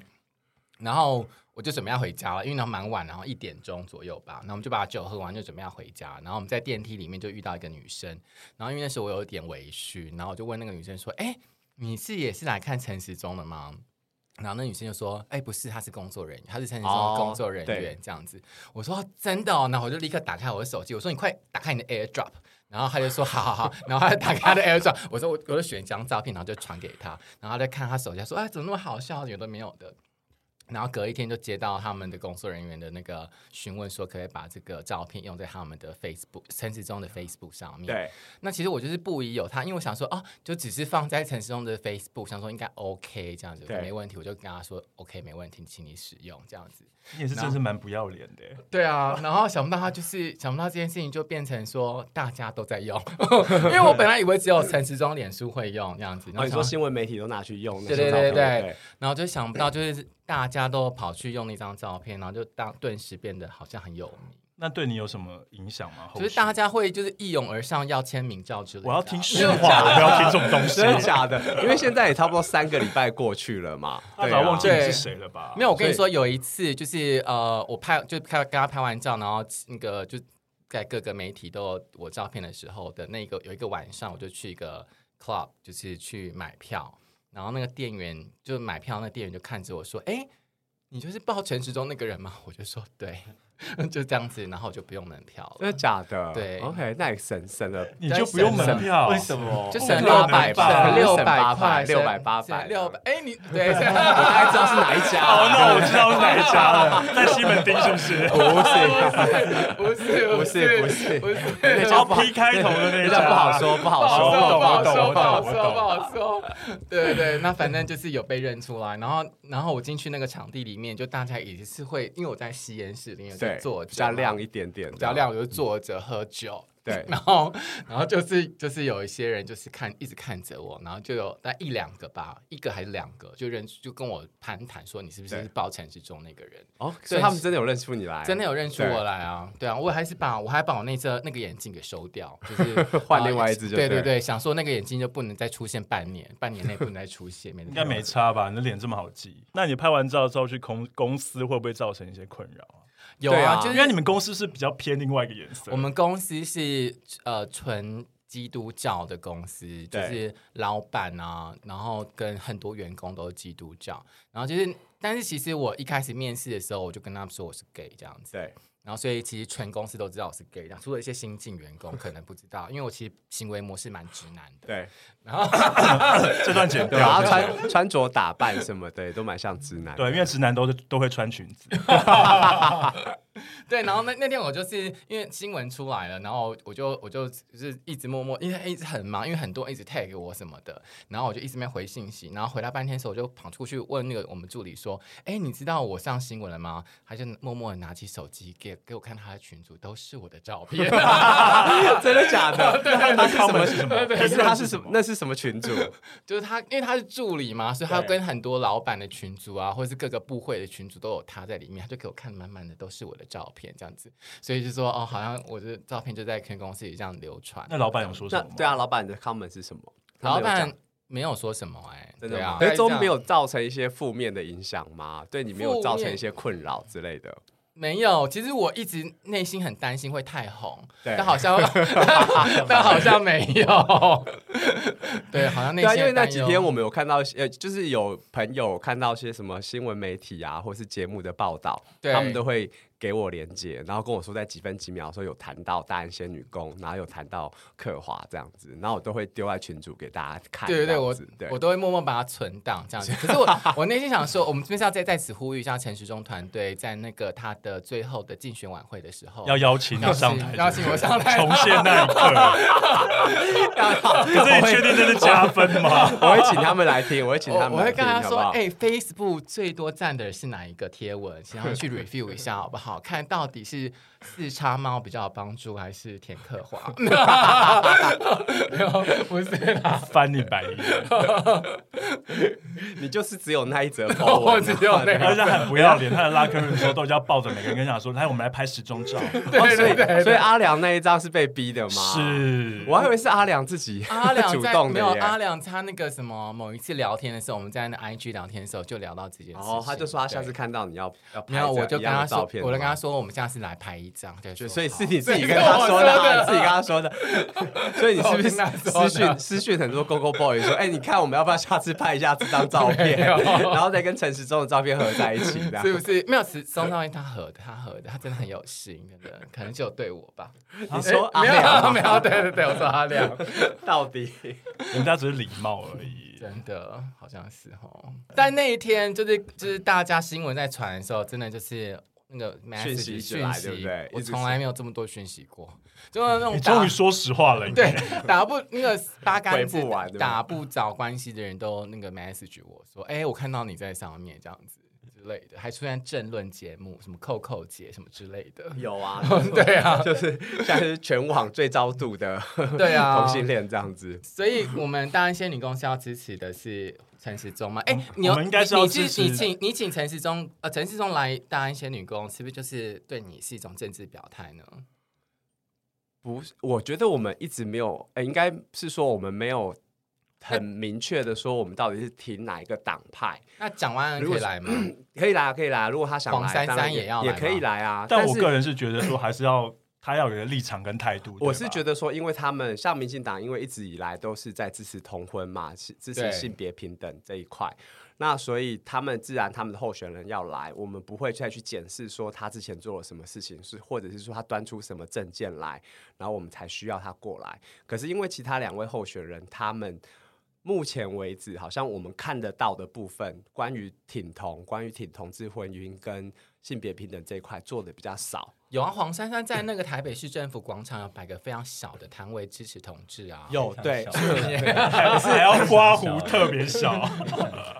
S3: 然后我就准备要回家了，因为呢蛮晚，然后一点钟左右吧，然后我们就把酒喝完，就准备要回家。然后我们在电梯里面就遇到一个女生，然后因为那时候我有点微醺，然后我就问那个女生说：“哎、你是也是来看陈时中的吗？”然后那女生就说：“哎、不是，她是工作人员，她是陈时中的工作人
S2: 哦
S3: 员、
S2: 对
S3: 这样子。”我说：“真的哦。”然后我就立刻打开我的手机，我说：“你快打开你的 AirDrop。”然后他就说：“好好好。”然后他就打开他的 AirDrop，我说：“我我就选一张照片，然后就传给他。”然后他在看他手机，他说：“哎，怎么那么好笑？有的没有的。”然后隔一天就接到他们的工作人员的那个询问，说可不可以把这个照片用在他们的 Facebook 陈时中的 Facebook 上面。
S2: 对，
S3: 那其实我就是不疑有他，因为我想说哦，就只是放在陈世忠的 Facebook，想说应该 OK 这样子，
S2: 对
S3: 没问题，我就跟他说 OK 没问题，请你使用这样子。
S1: 你也是真是蛮不要脸的。欸
S3: 对 啊，然后想不到他就是想不到这件事情就变成说大家都在用， 因为我本来以为只有陈时中脸书会用这样子，然
S2: 哦，
S3: 后
S2: 你
S3: 想
S2: 说
S3: 到
S2: 新闻媒体都拿去用那
S3: 对
S2: 些
S3: 对
S2: 照
S3: 对
S2: 片，
S3: 对，然后就想不到就是大家都跑去用那张照片，然后就当顿时变得好像很有名，
S1: 那对你有什么影响吗？后续
S3: 就是大家会就是一拥而上要签名照之类的
S1: 我
S3: 啊。
S1: 要 听实话，我不要听这种东西。
S2: 真的假的？因为现在也差不多三个礼拜过去了嘛，
S1: 他
S2: 对
S1: 早
S2: 啊，
S1: 忘记你是谁了吧？
S3: 没有，我跟你说，有一次就是呃，我拍就拍跟他拍完照，然后那个就在各个媒体都有我照片的时候的那个有一个晚上，我就去一个 club，就是去买票，然后那个店员就买票，那店员就看着我说：“哎，你就是报陈时中那个人吗？”我就说：“对。” 就这样子，然后我就不用门票
S2: 真
S3: 了
S2: 的，假的？
S3: 对
S2: ，OK，那也省省了。
S1: 你就不用门票，
S4: 为什么？
S3: 就
S1: 不
S3: 省
S1: 可
S3: 哦六
S1: 能
S3: 百
S1: 吧
S3: 吧，六百
S2: 800
S3: 块，
S2: 600 800
S3: 六百。哎，你对， 我
S2: 我
S3: 大
S2: 大概知道是哪一家
S1: 哦，
S2: 了，
S1: 那我知道是哪一 家了， 在西门町是不是？
S2: 不是
S3: 不是
S2: 不是
S3: 不是，
S2: 那
S1: 然
S2: 家
S1: 后 P 开头的那一
S2: 那
S1: 家
S2: 家不好说，不
S3: 不
S2: 好
S1: 我
S2: 说，
S1: 懂
S3: 不好
S1: 我懂
S3: 说，
S1: 我
S3: 不好
S1: 懂我
S3: 说，不
S1: 懂
S3: 好说。对对，那反正就是有被认出来，然后然后我进去那个场地里面，就大家也是会，因为我在吸烟室里面就
S2: 对，
S3: 坐着嘛，
S2: 比较亮一点点，
S3: 比较亮，我就坐着喝酒。
S2: 对
S3: 然后，然后就是就是有一些人就是看一直看着我，然后就有那一两个吧，一个还是两个，就认就跟我攀谈说你是不
S2: 对
S3: 是报陈时中那个人，
S2: 哦，所以他们真的有认出你来，
S3: 真的有认出我来啊？对啊，我还是把我还把我那只那个眼镜给收掉，就是
S2: 换另外一只就
S3: 对
S2: 对
S3: 对
S2: 了
S3: 对，想说那个眼镜就不能再出现半年，半 年内不能再出现，应
S1: 应该没
S3: 错。
S1: 差吧？你的脸这么好记，那你拍完照之后去公公司会不会造成一些困扰啊？
S3: 有
S2: 对啊
S3: 啊，就
S1: 因
S3: 是
S1: 为你们公司是比较偏另外一个颜色，
S3: 我们公司是呃纯基督教的公司，就
S2: 对
S3: 是老板啊，然后跟很多员工都是基督教，然后就是，但是其实我一开始面试的时候，我就跟他们说我是 gay 这样子，
S2: 对，
S3: 然后所以其实全公司都知道我是 gay，这样除了一些新进员工可能不知道，因为我其实行为模式蛮直男的，
S2: 对
S3: 然后。
S1: 这段剪
S2: 对，
S1: 掉。
S3: 啊
S2: 然后穿穿着打扮什么的也都蛮像直男，
S1: 对，因为直男都是都会穿裙子，
S3: 对，然后那那天我就是因为新闻出来了，然后我就我就就是一直默默，因为一直很忙，因为很多人一直 tag 我什么的，然后我就一直没回信息，然后回到半天的时候，我就跑出去问那个我们助理说：“哎，你知道我上新闻了吗？”他就默默的拿起手机给给我看他的群组，都是我的照 片。
S2: 真的假的？他是什么？
S1: 是什么
S2: 可是他是什么？那是什么群主？
S3: 就是他，因为他是助理嘛，所以他跟很多老板的群组啊，或者是各个部会的群组都有他在里面，他就给我看满满的都是我的照片这样子，所以就说哦，好像我的照片就在全公司里这样流传。
S1: 那老板有说什
S2: 那
S1: 么吗？
S2: 对啊，老板的 comment 是什么？他们
S3: 老
S2: 有讲
S3: 板没有说什么哎、
S2: 真
S3: 对
S2: 的
S3: 啊
S2: 吗？，可是
S3: 都
S2: 都没有造成一些负面的影响吗？对你没有造成一些困扰之类的？
S3: 没有。其实我一直内心很担心会太红，
S2: 对
S3: 但 好像但好像没有， 对，好像内
S2: 对啊，
S3: 心很
S2: 因为那
S3: 担
S2: 几
S3: 忧
S2: 天我们有看到一些，呃，就是有朋友看到一些什么新闻媒体啊，或是节目的报道，
S3: 对
S2: 他们都会给我连接，然后跟我说在几分几秒的时候有谈到大安仙女宫，然后有谈到刻画这样子，然后我都会丢在群组给大家看这
S3: 对对对，
S2: 样
S3: 我
S2: 子。对
S3: 我都会默默把它存档这样子。可是我我内心想说，我们这边是要再再次呼吁一下陈时中团队，在那个他的最后的竞选晚会的时候，
S1: 要邀请你
S3: 邀
S1: 上
S3: 请
S1: 台，
S3: 啊邀请我上台，
S1: 重现那一 刻。可是你确定这是加分 吗？
S2: 我会请他们来听，我会请
S3: 我
S2: 他
S3: 哦我
S2: 们来
S3: 会
S2: 听，
S3: 跟他
S2: 好不
S3: 说，
S2: 好？
S3: 哎、f a c e b o o k 最多赞的是哪一个贴文，请他们去 review 一下好不好？看到底是四叉猫比较有帮助，还是田克华？ 没有，不是啦，
S1: 翻你白眼，
S2: 你就是只有那一 则 po 文，啊
S3: 我只有 那
S1: 而且
S3: 个。
S1: 很不要脸。他的拉客人说都要抱着每个人跟讲说，来，我们来拍时钟照。
S2: 哦
S3: 对
S2: 所
S3: 对对
S2: 以所以阿良那一张是被逼的吗？，
S1: 是，
S2: 我还以为是阿良自己
S3: 阿良
S2: 主
S3: 在
S2: 动
S3: 没
S2: 的
S3: 有
S2: 耶。
S3: 阿良，他那个什么某一次聊天的时候，我们在那 IG 聊天的时候就聊到这件事情。
S2: 然后哦他就说他下次
S3: 对
S2: 看到你要要拍
S3: 没有，
S2: 这
S3: 我
S2: 样
S3: 就
S2: 一
S3: 跟
S2: 样
S3: 他
S2: 的
S3: 说
S2: 照，片吗，
S3: 我就跟他说，我们下次来拍一张，对，
S2: 就
S3: 就哦
S2: 所以是
S3: 好
S2: 你自己
S3: 对
S2: 跟他
S3: 我
S2: 说的
S3: 的
S2: 啊，
S3: 啊，
S2: 自己跟他说的。 所以你是不是
S3: 我跟他说
S2: 私
S3: 的
S2: 讯私讯很多 Gogo Boy 说，哎，你看我们要不要下次拍一下这张照片，
S3: 没有
S2: 然后再跟陈时中的照片合在一起这样
S3: 是不是没有？是宋少英他合的，他合的，他真的很有心，真的，可能只有对我吧。
S2: 你说阿
S3: 哎没有
S2: 良吗
S3: 没有，对对对，我说阿亮，
S2: 到底
S1: 人家只是礼貌而已。
S3: 真的好像是哦。但那一天就是就是大家新闻在传的时候，真的就是。那个 message
S2: 讯息一直
S3: 讯
S2: 来
S3: 息，
S2: 对不对
S3: 我
S2: 一直
S3: 从
S2: 是
S3: 来没有这么多讯息过，就是那种
S1: 你
S3: 打
S1: 终于说实话了，你
S3: 对，打不那个八竿子
S2: 回不完对吧
S3: 打不着关系的人都那个 message 我说，哎、我看到你在上面这样子，就类的，还出现政论节目，什么扣扣姐什么之类的。
S2: 有啊，
S3: 对啊，
S2: 就是现在是全网最招度的
S3: 对啊
S2: 同性恋这样子。
S3: 所以我们当然仙女公司要支持的是陈时中嘛？哎、你
S1: 我
S3: 有
S1: 们应该是要
S3: 你你
S1: 支持
S3: 你请你请陈时中呃陈时中来大安仙女宫，是不是就是对你是一种政治表态呢？
S2: 不是，我觉得我们一直没有，呃，应该是说我们没有很明确的说我们到底是挺哪一个党派。
S3: 那蒋万安可以来吗？
S2: 可以来啊，可以来啊，如果他想来，
S3: 黄珊珊
S2: 当然
S3: 也要来
S2: 也
S3: 吗
S2: 可以来啊。
S1: 但我
S2: 是
S1: 个人是觉得说，还是要他要有个立场跟态度。
S2: 我是觉
S1: 得，
S2: 得说，因为他们像民进党，因为一直以来都是在支持同婚嘛，是支持
S3: 对
S2: 性别平等这一块，那所以他们自然他们的候选人要来，我们不会再去检视说他之前做了什么事情，是或者是说他端出什么证件来，然后我们才需要他过来。可是因为其他两位候选人，他们目前为止，好像我们看得到的部分，关于挺同、关于挺同志婚姻跟性别平等这一块做的比较少。
S3: 有啊，黄珊珊在那个台北市政府广场有摆个非常小的摊位支持同志啊。
S2: 有对，
S1: 还是还要刮胡特别小。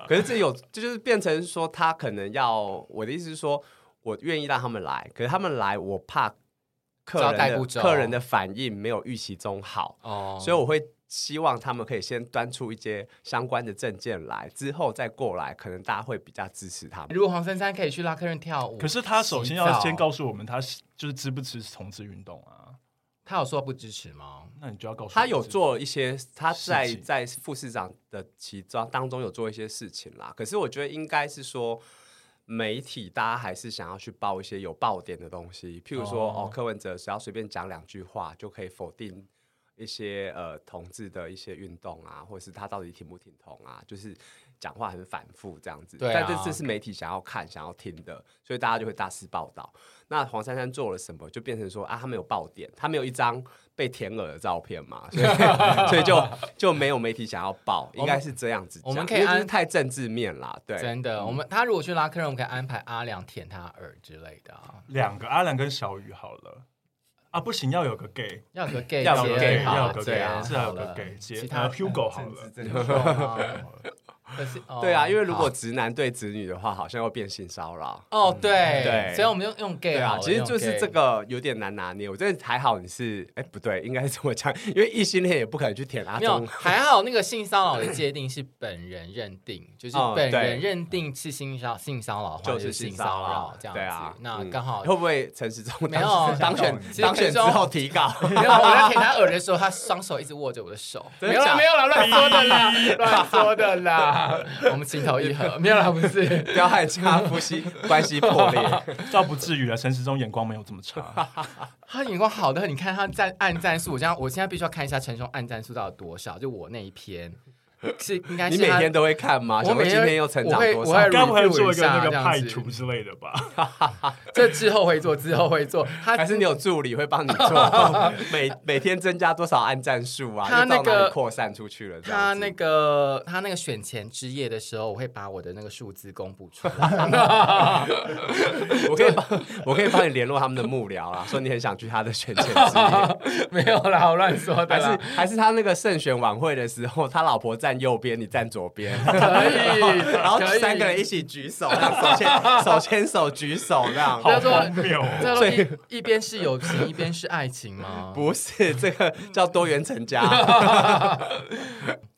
S2: 可是这有，这就是变成说，他可能要我的意思是说，我愿意让他们来，可是他们来，我怕客
S3: 招
S2: 人
S3: 待不
S2: 的
S3: 周
S2: 客人的反应没有预期中好，
S3: 哦，
S2: 所以我会希望他们可以先端出一些相关的证件来，之后再过来，可能大家会比较支持他们。
S3: 如果黄珊珊可以去拉客人跳舞，
S1: 可是他首先要先
S3: 洗澡
S1: 告诉我们，他是就是支不支持同志运动啊？
S3: 他有说不支持吗？
S1: 那你就要告诉我
S2: 他有
S1: 们是
S2: 做一些，他在
S1: 事情
S2: 在副市长的其中当中有做一些事情啦。可是我觉得应该是说，媒体大家还是想要去报一些有爆点的东西，譬如说
S1: 哦
S2: 哦柯文哲只要随便讲两句话就可以否定一些呃同志的一些运动啊，或者是他到底挺不挺同啊，就是讲话很反复这样子。
S3: 对啊
S2: 但这这是媒体想要看、想要听的，所以大家就会大肆报道。那黄珊珊做了什么，就变成说啊，他没有爆点，他没有一张被舔耳的照片嘛， 所以所以就就没有媒体想要报，应该是这样子讲。
S3: 我们可
S2: 因
S3: 以
S2: 为就是
S3: 安
S2: 太政治面啦，对。
S3: 真
S1: 嗯
S3: 的，我们他如果去拉客人，我们可以安排阿良舔他耳之类的啊，
S1: 两个阿兰跟小雨好了啊，不行，要有个 gay，
S3: 要有个 gay
S2: 要有个
S3: 接
S2: gay，
S3: 好了
S1: 要有个
S3: 对啊
S1: gay，至少有
S3: 好
S1: 个
S3: 了
S1: gay 接
S3: 其
S1: 呃
S3: 他
S1: Hugo 好了
S3: 政治正确吗可是哦
S2: 对啊，因为如果
S3: 好
S2: 直男对直女的话，好像会变性骚扰。
S1: 嗯
S3: 哦对
S2: 对
S3: 所以我们就用 gay
S2: 对啊
S3: 好，了
S2: 其实
S3: 用
S2: 就是
S3: gay
S2: 这个有点难拿捏。我觉得还好你是，哎，不对，应该是这么讲，因为异性恋也不可能去舔阿
S3: 没有，
S2: 中。
S3: 还好那个性骚扰的界定是本人认定，就是
S2: 哦
S3: 本
S2: 对
S3: 人认定是性骚性骚扰的话，
S2: 就是
S3: 性
S2: 性骚
S3: 扰
S2: 扰
S3: 这样子。
S2: 对啊，
S3: 那
S2: 嗯
S3: 刚 好
S2: 会不会陈时中
S3: 没有
S2: 当选
S3: 其实
S2: 当选
S3: 陈
S2: 之
S3: 时中
S2: 后提稿？
S3: 没有，我在舔他耳的时候，他双手一直握着我的手。
S2: 真
S1: 啊
S3: 没
S2: 的
S3: 有啦，
S2: 假的
S3: 没有啦，乱说的啦，乱说的啦。我们情投意合，没有啦，不是。
S2: 不要害他夫妻关系破 裂。
S1: 倒不至于啊。陈时中眼光没有这么差，
S3: 他眼光好的，你看他赞按赞数，我这样，我现在必须要看一下陈松按赞数到底有多少，就我那一篇 是应该
S2: 你
S3: 是
S2: 每
S3: 他
S2: 天都会看吗？
S3: 我
S2: 想说
S3: 每
S2: 今
S3: 天
S2: 天又成长多
S3: 我会我
S2: 少
S3: 会？
S1: 该不会做一个那
S3: 这
S1: 个
S3: 样
S1: 派
S3: 子
S1: 图之类的 吧？
S3: 这之后会做，之后会做，他
S2: 还是你有助理会帮你做？ 每每天增加多少按赞数啊？
S3: 他
S2: 就到
S3: 那个
S2: 哪里扩散出去了这
S3: 他
S2: 样子？
S3: 那个他那个选前之夜的时候，我会把我的那个数字公布出来。
S2: 我可以帮 我可以帮你联络他们的幕僚啊，说你很想去他的选前 之夜，
S3: 没有啦，我乱说的
S2: 还是
S3: 啦。
S2: 还是他那个胜选晚会的时候，他老婆站右边，你站左边，
S3: 可以，
S2: 然后
S3: 可以
S2: 三个人一起举手，这样手牵 手牵手举手这样。
S3: 叫做
S1: 荒谬哦
S3: 叫做一一边是友情，一边是爱情吗？
S2: 不是这个叫多元成家。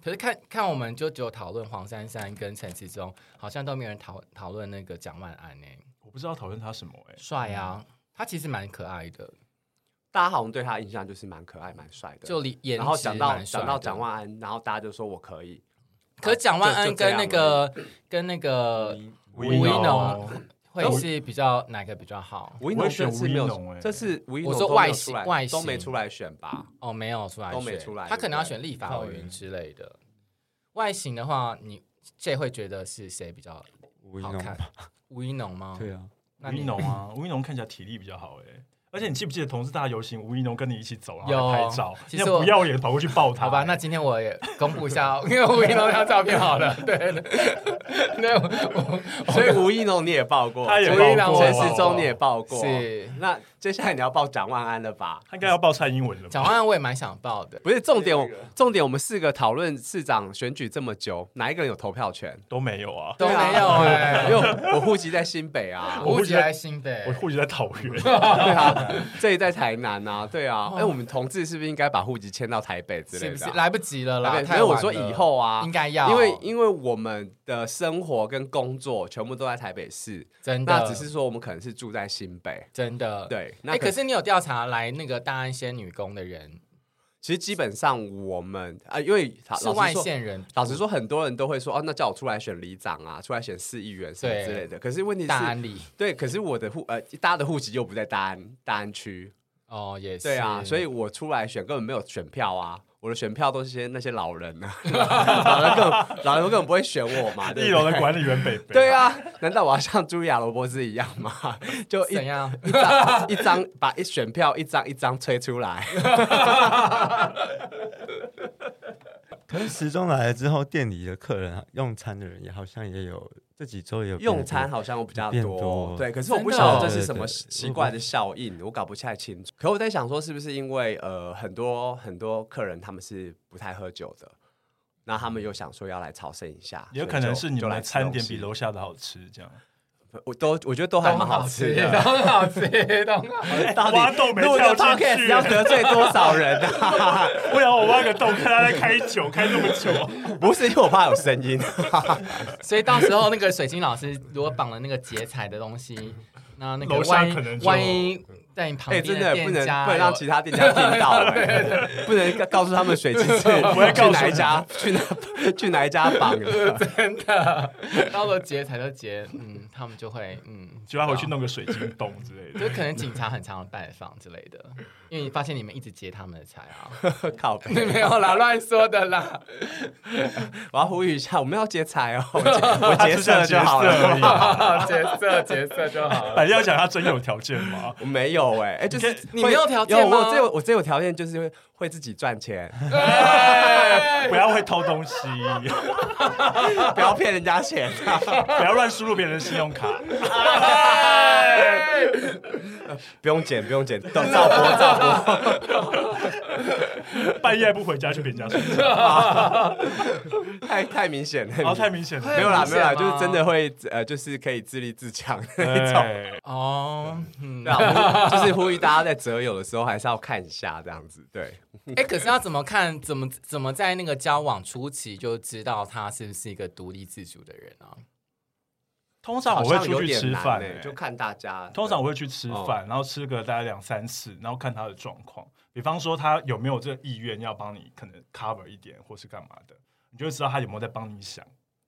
S3: 可是看看我们就只有讨论黄珊珊跟陈其中，好像都没有人讨讨论那个蒋万安诶、
S1: 我不知道讨论他什么哎、
S3: 帅啊，
S2: 嗯
S3: 他其实蛮可爱的，
S2: 大家好像对他的印象就是蛮可爱、蛮帅的。
S3: 就里颜值
S2: 然后讲到
S3: 蛮帅
S2: 讲到
S3: 的
S2: 蒋，万安，然后大家就说我可以。
S3: 可是蒋万安
S2: 就就这
S3: 跟
S2: 样
S3: 那个跟那个
S1: 吴
S3: 一
S1: 一
S3: 农啊
S1: 农啊
S3: 会是比较哪个比较好？
S2: 吴一
S1: 我
S2: 农
S1: 也选
S2: 这次没
S1: 吴一农
S2: 有
S1: 欸，
S2: 这次吴一农
S3: 我说
S2: 都没
S3: 外
S2: 有
S3: 形
S2: 出来
S3: 外形
S2: 都没出来选 吧？
S3: 哦，没有出来
S2: 都
S3: 选
S2: 没出来
S3: 他可能要
S2: 对
S3: 选立法委员之类的。外形的话，你这会觉得是谁比较
S4: 吴一
S3: 好
S4: 农
S3: 看
S4: 吧？？
S3: 吴一农吗？
S4: 对，啊，
S3: 那
S1: 吴一
S3: 你
S1: 农啊，吴一农看起来体力比较好哎、而且你记不记得同志大游行，吴一农跟你一起走，然
S3: 有
S1: 后还拍照，
S3: 其
S1: 你
S3: 实
S1: 要不
S3: 我
S1: 要脸跑过去抱他？哎
S3: 好吧，那今天我也公布一下，哦 因为吴一龙那张照片好了，对， 对那我
S2: 所以吴一农你也报过，
S1: 他也
S3: 所以让
S1: 抱
S3: 我
S1: 过，
S2: 陈时中你也报
S3: 我
S2: 过，
S3: 是
S2: 那接下来你要报蒋万安了吧？
S1: 他应该要报蔡英文了吧。
S3: 蒋万安我也蛮想报的，
S2: 不是重点，我重点我们四个讨论市长选举这么久，哪一个人有投票权？
S1: 都没有啊，
S3: 都 没有哎、
S2: 因为我户籍在新北啊，
S3: 我户籍在新北
S1: 我，户籍在桃园，
S2: 对啊，这里在台南啊，对啊。
S3: 哦
S2: 哎，我们同志是不是应该把户籍迁到台北之
S3: 是
S2: 类
S3: 不
S2: 的
S3: 是
S2: 啊？
S3: 来不及了
S2: 台
S3: 啦？
S2: 北
S3: 太
S2: 没有我
S3: 晚
S2: 说
S3: 了
S2: 以后啊，
S3: 应该要，
S2: 因为因为我们的生活跟工作全部都在台北市，
S3: 真的
S2: 那只是说我们可能是住在新北。
S3: 真的。
S2: 对，那
S3: 哎、可是你有调查来那个大安仙女宫的人
S2: 其实基本上我们啊、因为老
S3: 是
S2: 老
S3: 外
S2: 实说，
S3: 县人，
S2: 老实说，很多人都会说哦，那叫我出来选里长啊，出来选市议员什么
S3: 对
S2: 之类的。可是问题
S3: 大
S2: 是，
S3: 安里
S2: 对，可是我的户呃，大家的户籍又不在大安大安区，
S3: 哦，也是
S2: 对啊，所以我出来选根本没有选票啊。我的选票都是些那些老人 啊，老人根本老人根本不会选我嘛，对
S1: 一
S2: 不
S1: 楼
S2: 对
S1: 的管理员北 北，
S2: 对，啊，难道我要像茱莉亚·罗伯兹一样吗？ 就一
S3: 怎样？
S2: 一张一张把一选票一张一张吹出来，
S4: 可是时钟来了之后，店里的客人啊用餐的人也好像也有，这几周也有 变
S2: 用餐好像比较
S4: 变
S2: 多，
S4: 多
S2: 对。可是我不
S3: 真
S2: 晓
S3: 的
S2: 得这是
S4: 对
S2: 什么
S4: 对
S2: 奇怪的效应，我搞不太清楚。可我在想说，是不是因为呃很多很多客人他们是不太喝酒的，那他们又想说要来朝圣一下，
S1: 也有
S2: 所以
S1: 可能
S2: 就是
S1: 你
S2: 就
S1: 们
S2: 来
S1: 的
S2: 吃
S1: 餐
S2: 东
S1: 点
S2: 西
S1: 比楼下的好吃， 这样。
S2: 我都我觉得都还
S3: 都
S2: 蛮好吃的。
S3: 都好吃，都好吃。
S2: 到底
S1: 挖豆没
S2: 录
S1: 跳
S2: 的
S1: 进
S2: podcast
S1: 去
S2: 要得罪多少人啊？
S1: 不然我挖个洞，看他在开酒开那么久。
S2: 不是因为我怕有声音，
S3: 所以到时候那个水晶老师如果绑了那个劫财的东西，那那个
S1: 楼下
S3: 万
S1: 可能
S3: 一
S1: 就
S3: 万一在你旁
S2: 哎、
S3: 边
S2: 真的不
S3: 店
S2: 能
S3: 家
S2: 不能让其他店家听 到、哎不能告告诉他们水晶是
S1: 会告
S2: 去
S1: 诉
S2: 哪一
S1: 你
S2: 家去哪去哪一家绑啊 的。
S3: 真的，到时候劫财就劫，嗯，他们就会嗯，
S1: 就要回去弄个水晶洞之类
S3: 就
S1: 的。
S3: 可能警察很常拜访之类的，因为你发现你们一直劫他们的财啊，
S2: 靠背，
S3: 没有啦，乱说的啦。
S2: 我要呼吁一下，我们要劫 财哦，我劫我劫
S1: 只想
S2: 色
S1: 劫
S2: 就好
S1: 色而
S2: 了。
S1: 已
S3: 角色角色就好了。
S1: 反正要讲他真有条件 吗？
S2: 我没有哎、哎、就是
S1: 你
S3: 你
S2: 会
S3: 没有条件吗
S2: 我只有我只有条件就是会会自己赚 钱，
S3: 哎
S1: 不要会偷东西，
S2: 不要骗人家钱、
S1: 不要乱输入别人信用卡。
S3: 哎
S2: 不用剪不用剪，都照播照播。
S1: 半夜不回家去别人家睡 觉，
S2: 太太明显了，
S1: 然
S3: 哦
S1: 后太明显了。
S2: 没有啦，没有啦，
S3: 太明显
S2: 就
S3: 吗
S2: 是真的会呃，就是可以自立自强的那种。
S1: 对，
S3: 哦，嗯
S2: 对，啊，呼就是呼吁大家在择友的时候还是要看一下这样子。对，
S3: 哎，可是要怎么看，怎么怎么在那个交往初期就知道他是不是一个独立自主的人啊？
S1: 通常我会出去吃
S2: 好像有
S1: 饭、
S2: 点难欸
S1: 欸
S2: 就看大家。
S1: 通常我会去吃饭，然后吃个大概两三次，然后看他的状况。比方说他有没有这个意愿要帮你可能 cover 一点，或是干嘛的，你就会知道他有没有在帮你想。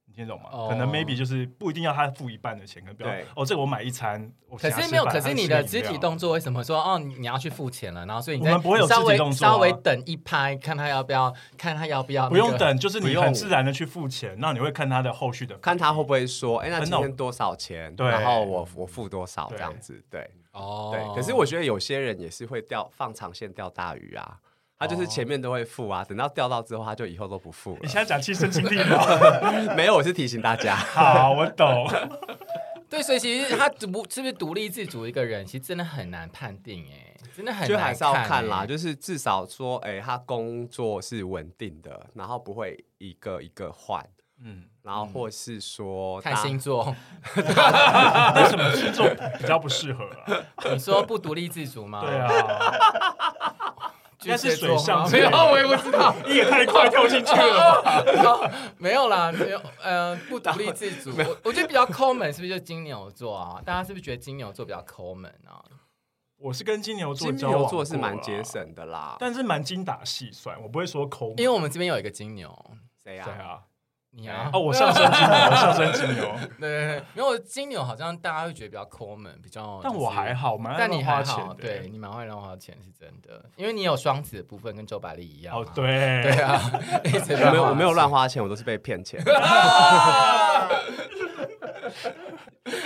S1: 你听懂吗？
S3: 哦
S1: 可能 maybe 就是不一定要他付一半的钱，可能不要
S2: 对
S1: 哦，这个我买一餐，我
S3: 可
S1: 请他
S3: 是
S1: 吃
S3: 没有，
S1: 饭
S3: 可是你的肢体。动
S1: 他
S3: 作为什么说哦，你你要去付钱了，然后所以你
S1: 我
S3: 再
S1: 们不会有
S3: 你稍微
S1: 肢体动作啊
S3: 稍微等一拍，看他要不要，看他要不要、
S1: 吃饮料不用，等，就是
S2: 不
S1: 你
S2: 用
S1: 很自然的去付钱，那你会看他的后续的，
S2: 看他会不会说，哎、那
S1: 真
S2: 今
S1: 的
S2: 天多少钱？
S1: 对
S2: 然后我我付多少这样子。对
S3: 哦，
S2: 对，可是我觉得有些人也是会钓放长线钓大鱼啊。他就是
S3: 哦
S2: 前面都会付啊，等到钓到之后，他就以后都不付
S1: 你
S2: 了。
S1: 现在讲亲身经历吗？
S2: 没有，我是提醒大家，
S1: 好，我懂。
S3: 对，所以其实他独是不是独立自主一个人，其实真的很难判定哎，真的很
S2: 就
S3: 难
S2: 还是要
S3: 看
S2: 看
S3: 欸
S2: 啦，就是至少说，哎、他工作是稳定的，然后不会一个一个换，
S1: 嗯，
S2: 然后或是说
S3: 看
S2: 大
S3: 星座。
S1: 为什么星座比较不适合啊？
S3: 你说不独立自主吗？
S1: 对，啊，
S3: 巨
S1: 应该
S3: 蟹座
S1: 是水象
S3: 吗
S1: 之
S3: 没
S1: 类
S3: 有，
S1: 的
S3: 我也不知道。
S1: 你也太快跳进去了吧？
S3: 没有啦，没有，呃，不独立自主。我我觉得比较抠门，是不是就金牛座啊？大家是不是觉得金牛座比较抠门啊？
S1: 我是跟金牛座
S2: 金
S1: 交往
S2: 牛
S1: 过
S2: 座是蛮
S1: 啦
S2: 节，省的啦。
S1: 但是蛮精打细算，我不会说抠门。
S3: 因为我们这边有一个金牛，
S2: 谁
S1: 对
S2: 啊？
S1: 啊，
S3: 你啊，
S1: 哦，我上升金牛，我上升金 牛，
S3: 对对对，没有金牛好像大家会觉得比较抠门，比较、
S1: 但我还。好，蛮爱
S3: 但
S1: 乱
S3: 你
S1: 花
S3: 还
S1: 钱
S3: 好，
S1: 的。欸
S3: 对，你蛮会乱花钱是真的，因为你有双子的部分跟周百丽一样、
S1: 哦
S3: 啊。
S1: 对，
S3: 对啊， 一直
S2: 我没有，我没有
S3: 乱
S2: 乱花钱，我都是被骗钱。
S3: 花钱。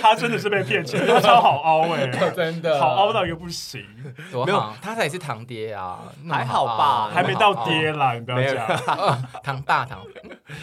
S1: 他真的是被骗钱，他好凹哎、
S3: 真的
S1: 好凹到一个不行，
S3: 多
S2: 没有
S3: 好，他才是堂爹啊，那么
S2: 还好吧
S3: 凹
S1: 还没到爹，啦，你不要
S2: 没有
S1: 这样。
S3: 堂大堂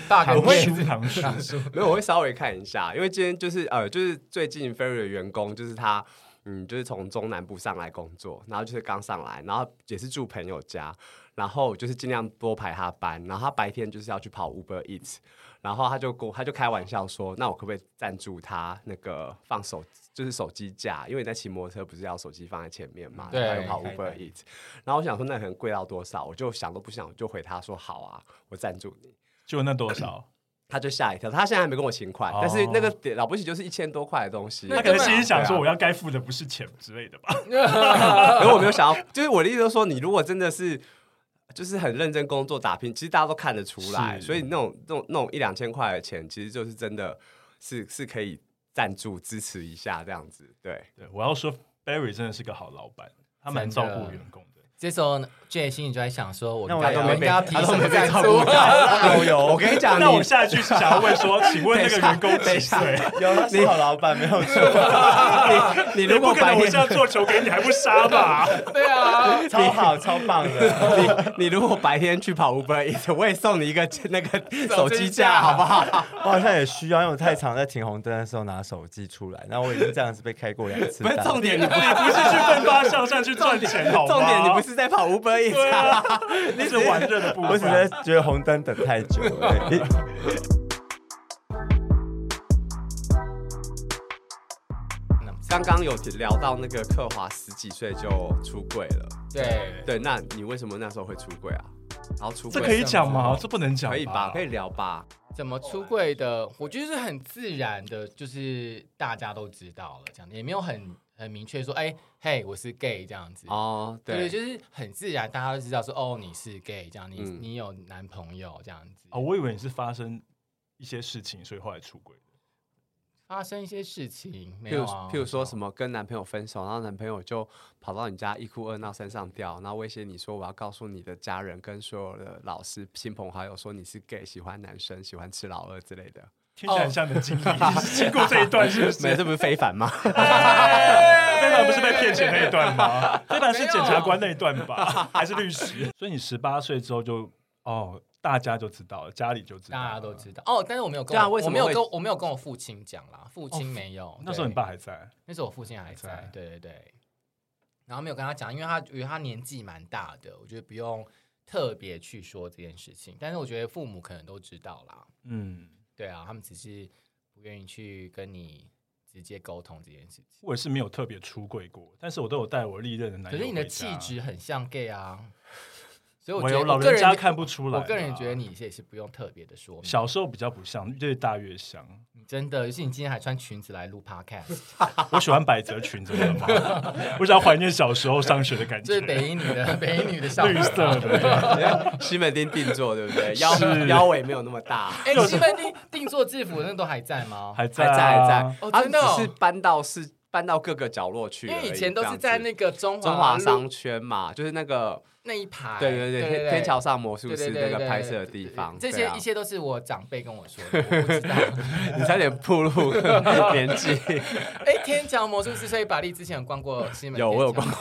S3: 大
S1: 唐
S3: 堂爹
S1: 叔，唐叔，
S2: 没有，我会稍微看一下，因为今天就是呃，就是最近 Ferry 的员工，就是他，嗯，就是从中南部上来工作，然后就是刚上来，然后也是住朋友家，然后就是尽量多排他班，然后他白天就是要去跑 Uber Eats，然后他就跟我他就开玩笑说，那我可不可以赞助他那个放手就是手机架，因为你在骑摩托车不是要手机放在前面嘛，
S3: 对
S2: 然后又跑
S1: 开
S2: Uber
S1: 单
S2: Eats，然后我想说那可能贵到多少，我就想都不想，我就回他说好啊，我赞助你。
S1: 就那多少？
S2: 他就吓一跳，他现在还没跟我请款，
S1: 哦
S2: 但是那个点了不起就是一千多块的东西，
S3: 那
S1: 他可能心里想
S2: 啊
S1: 说，我要该付的不是钱之类的吧？
S2: 可是我没有想要，就是我的意思就是说，你如果真的是就是很认真工作打拼，其实大家都看得出来，
S1: 是
S2: 所以那种那种那种一两千块的钱，其实就是真的是是可以赞助支持一下这样子，对，
S1: 对，我要说 Barry 真的是个好老板，他蛮照
S3: 真的
S1: 顾员工的。
S3: 这时候 J 心里就在想说，我
S4: 那
S1: 哦
S4: 我
S3: 刚
S4: 也
S1: 啊
S3: 刚
S4: 没
S3: 应该要提
S2: 他都
S3: 什
S2: 没
S3: 么赞
S2: 照
S3: 助
S2: 顾？到， 有有，我跟你讲，
S1: 那我
S2: 你
S1: 下一句是想要问说，请问那个员工
S2: 等一
S1: 几
S2: 下
S1: 岁？
S4: 有他是好老板没 有错，
S2: 你
S1: 你
S2: 如
S1: 不
S2: 果
S1: 可能
S2: 白
S1: 我
S2: 天
S1: 现在做球给你还不杀吧？
S3: 对啊，
S4: 超好超棒的。
S2: 你你如果白天去跑 Uber Eats，我也送你一个 那个手机
S3: 机
S2: 架，
S3: 架
S2: 好不好？
S4: 我好像也需要，因为我太常在停红灯的时候拿手机出来，然后我已经这样子被开过两次
S2: 不是
S4: 单。
S2: 重点，你不
S1: 你不是去奋发向上去赚钱 好吗？
S2: 重点你不是在跑 Uber
S1: 对
S2: Eats 啊
S1: 啊，你是玩热的部
S4: 我只
S1: 分。
S4: 是觉得红灯等太久了。
S2: 刚刚有聊到那个克华十几岁就出柜了，
S3: 对，
S2: 对，那你为什么那时候会出柜啊？然后出柜
S1: 这可以讲吗？这不能讲，
S2: 可以吧？可以。聊吧？
S3: 怎么出柜
S2: 哦
S3: 的？我觉得是很自然的，就是大家都知道了，这样也没有很很明确说，哎、嘿，我是 gay 这样子。
S2: 哦，
S3: 对，
S2: 对，
S3: 就是很自然，大家都知道说，哦，你是 gay 这样，你、
S2: 嗯
S3: 你有男朋友这样子。
S1: 哦，我以为你是发生一些事情，所以后来出轨。
S3: 发生一些事情，没
S2: 譬如
S3: 有啊？
S2: 譬如说什么跟男朋友分手，然后男朋友就跑到你家一哭二闹三上吊，然后威胁你说我要告诉你的家人跟所有的老师、亲朋好友说你是 gay，喜欢男生，喜欢吃老二之类的。
S1: 听起来很像你的经历，你是经过这一段是不是？
S2: 没，这不是非凡吗？
S1: 非凡不是被骗钱那一段吗？非凡是检察官那一段吧， 还是律师？所以你十八岁之后就哦，大家就知道了，家里就知道，
S3: 大家都知道哦，但是我没有跟
S2: 啊对啊
S3: 我
S2: 为什么
S3: 我没有
S2: 会哦
S3: 跟我没有跟我父亲讲啦，父亲没有。
S1: 那时候
S3: 对
S1: 你爸还在，
S3: 那时候我父亲还在，
S1: 还在
S3: 对对对。然后没有跟他讲，因为他因为他年纪蛮大的，我觉得不用特别去说这件事情。但是我觉得父母可能都知道啦，
S1: 嗯，
S3: 对啊，他们只是不愿意去跟你直接沟通这件事情。
S1: 我也是没有特别出柜过，但是我都有带我历任的男
S3: 可
S1: 友
S3: 是你的
S1: 回
S3: 气
S1: 家，
S3: 质很像 gay 啊，所以我
S1: 我
S3: 觉得
S1: 有老
S3: 我个
S1: 人
S3: 人
S1: 家
S3: 觉
S1: 看不出来，
S3: 我个人觉得。你也是不用特别的说明，
S1: 小时候比较不像，越大越像。
S3: 你真的，尤其你今天还穿裙子来录 podcast，
S1: 我喜欢百褶裙，怎么了吗？ 我想怀念小时候上学的感
S3: 这
S1: 觉
S3: 是，北一女 的北一女的校服
S1: 绿色 的。
S2: 西门町定做对不对？腰
S1: 是
S2: 腰围没有那么大。
S3: 哎，西门町定做制服那都还在吗？
S1: 还在
S2: 还在还
S1: 啊
S2: 在，
S3: 哦
S2: 他
S3: 真的哦
S2: 只是搬到是搬到各个角落去而
S3: 因
S2: 已，
S3: 为以前都
S2: 这
S3: 是
S2: 样
S3: 在
S2: 子
S3: 那个中
S2: 中
S3: 华
S2: 华
S3: 路
S2: 商圈嘛，就是那个
S3: 那一排，
S2: 对对对天天桥上魔术师那个拍摄的地方，
S3: 这
S2: 对
S3: 些
S2: 啊
S3: 一切都是我长辈跟我说 的，我不知道。
S2: 你差点暴 露年纪，
S3: 哎，天桥魔术师，所以百丽之前有逛过西门町，
S2: 有我有逛过，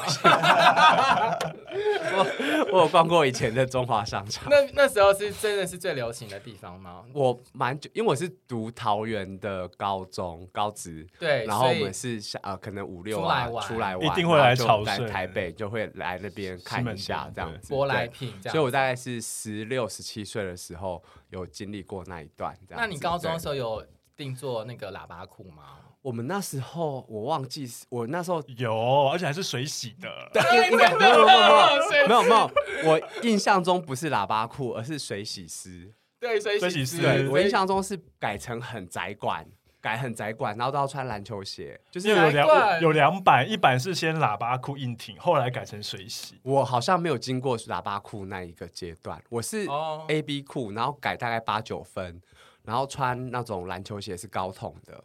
S2: 我我有逛过以前的中华商场。
S3: 那那时候是真的是最流行的地方吗？
S2: 我蛮久，因为我是读桃园的高中高职，
S3: 对，
S2: 然后
S3: 所
S2: 我
S3: 以
S2: 们是下呃可能五六啊
S3: 出来玩
S2: 出来玩，
S1: 一定会来
S2: 然后就
S1: 朝
S2: 在
S1: 圣
S2: 台北就会来那边看一下
S1: 西门町
S2: 这样子，
S3: 舶来
S2: 对
S3: 品这样。
S2: 所以我大概是十六、十七岁的时候有经历过那一段。这样
S3: 那
S2: 子
S3: 你高中的时
S2: 对
S3: 候有定做那个喇叭裤吗？
S2: 我们那时候我忘记是，我那 时候
S1: 有，而且还是水洗的。
S3: 哎
S2: 应该哎没有没有没有没有没有，我印象中不是喇叭裤，而是水洗丝。
S3: 对，所以
S1: 所以是
S2: 对
S1: 水
S2: 我印象中是改成很窄管，改很窄管，然后都要穿篮球鞋，就
S1: 因为有
S2: 是。
S3: 难怪
S1: 两有两版，一版是先喇叭裤硬挺，后来改成水洗。
S2: 我好像没有经过喇叭裤那一个阶段，我是
S3: 哦
S2: A B 裤，然后改大概八九分，然后穿那种篮球鞋是高筒的，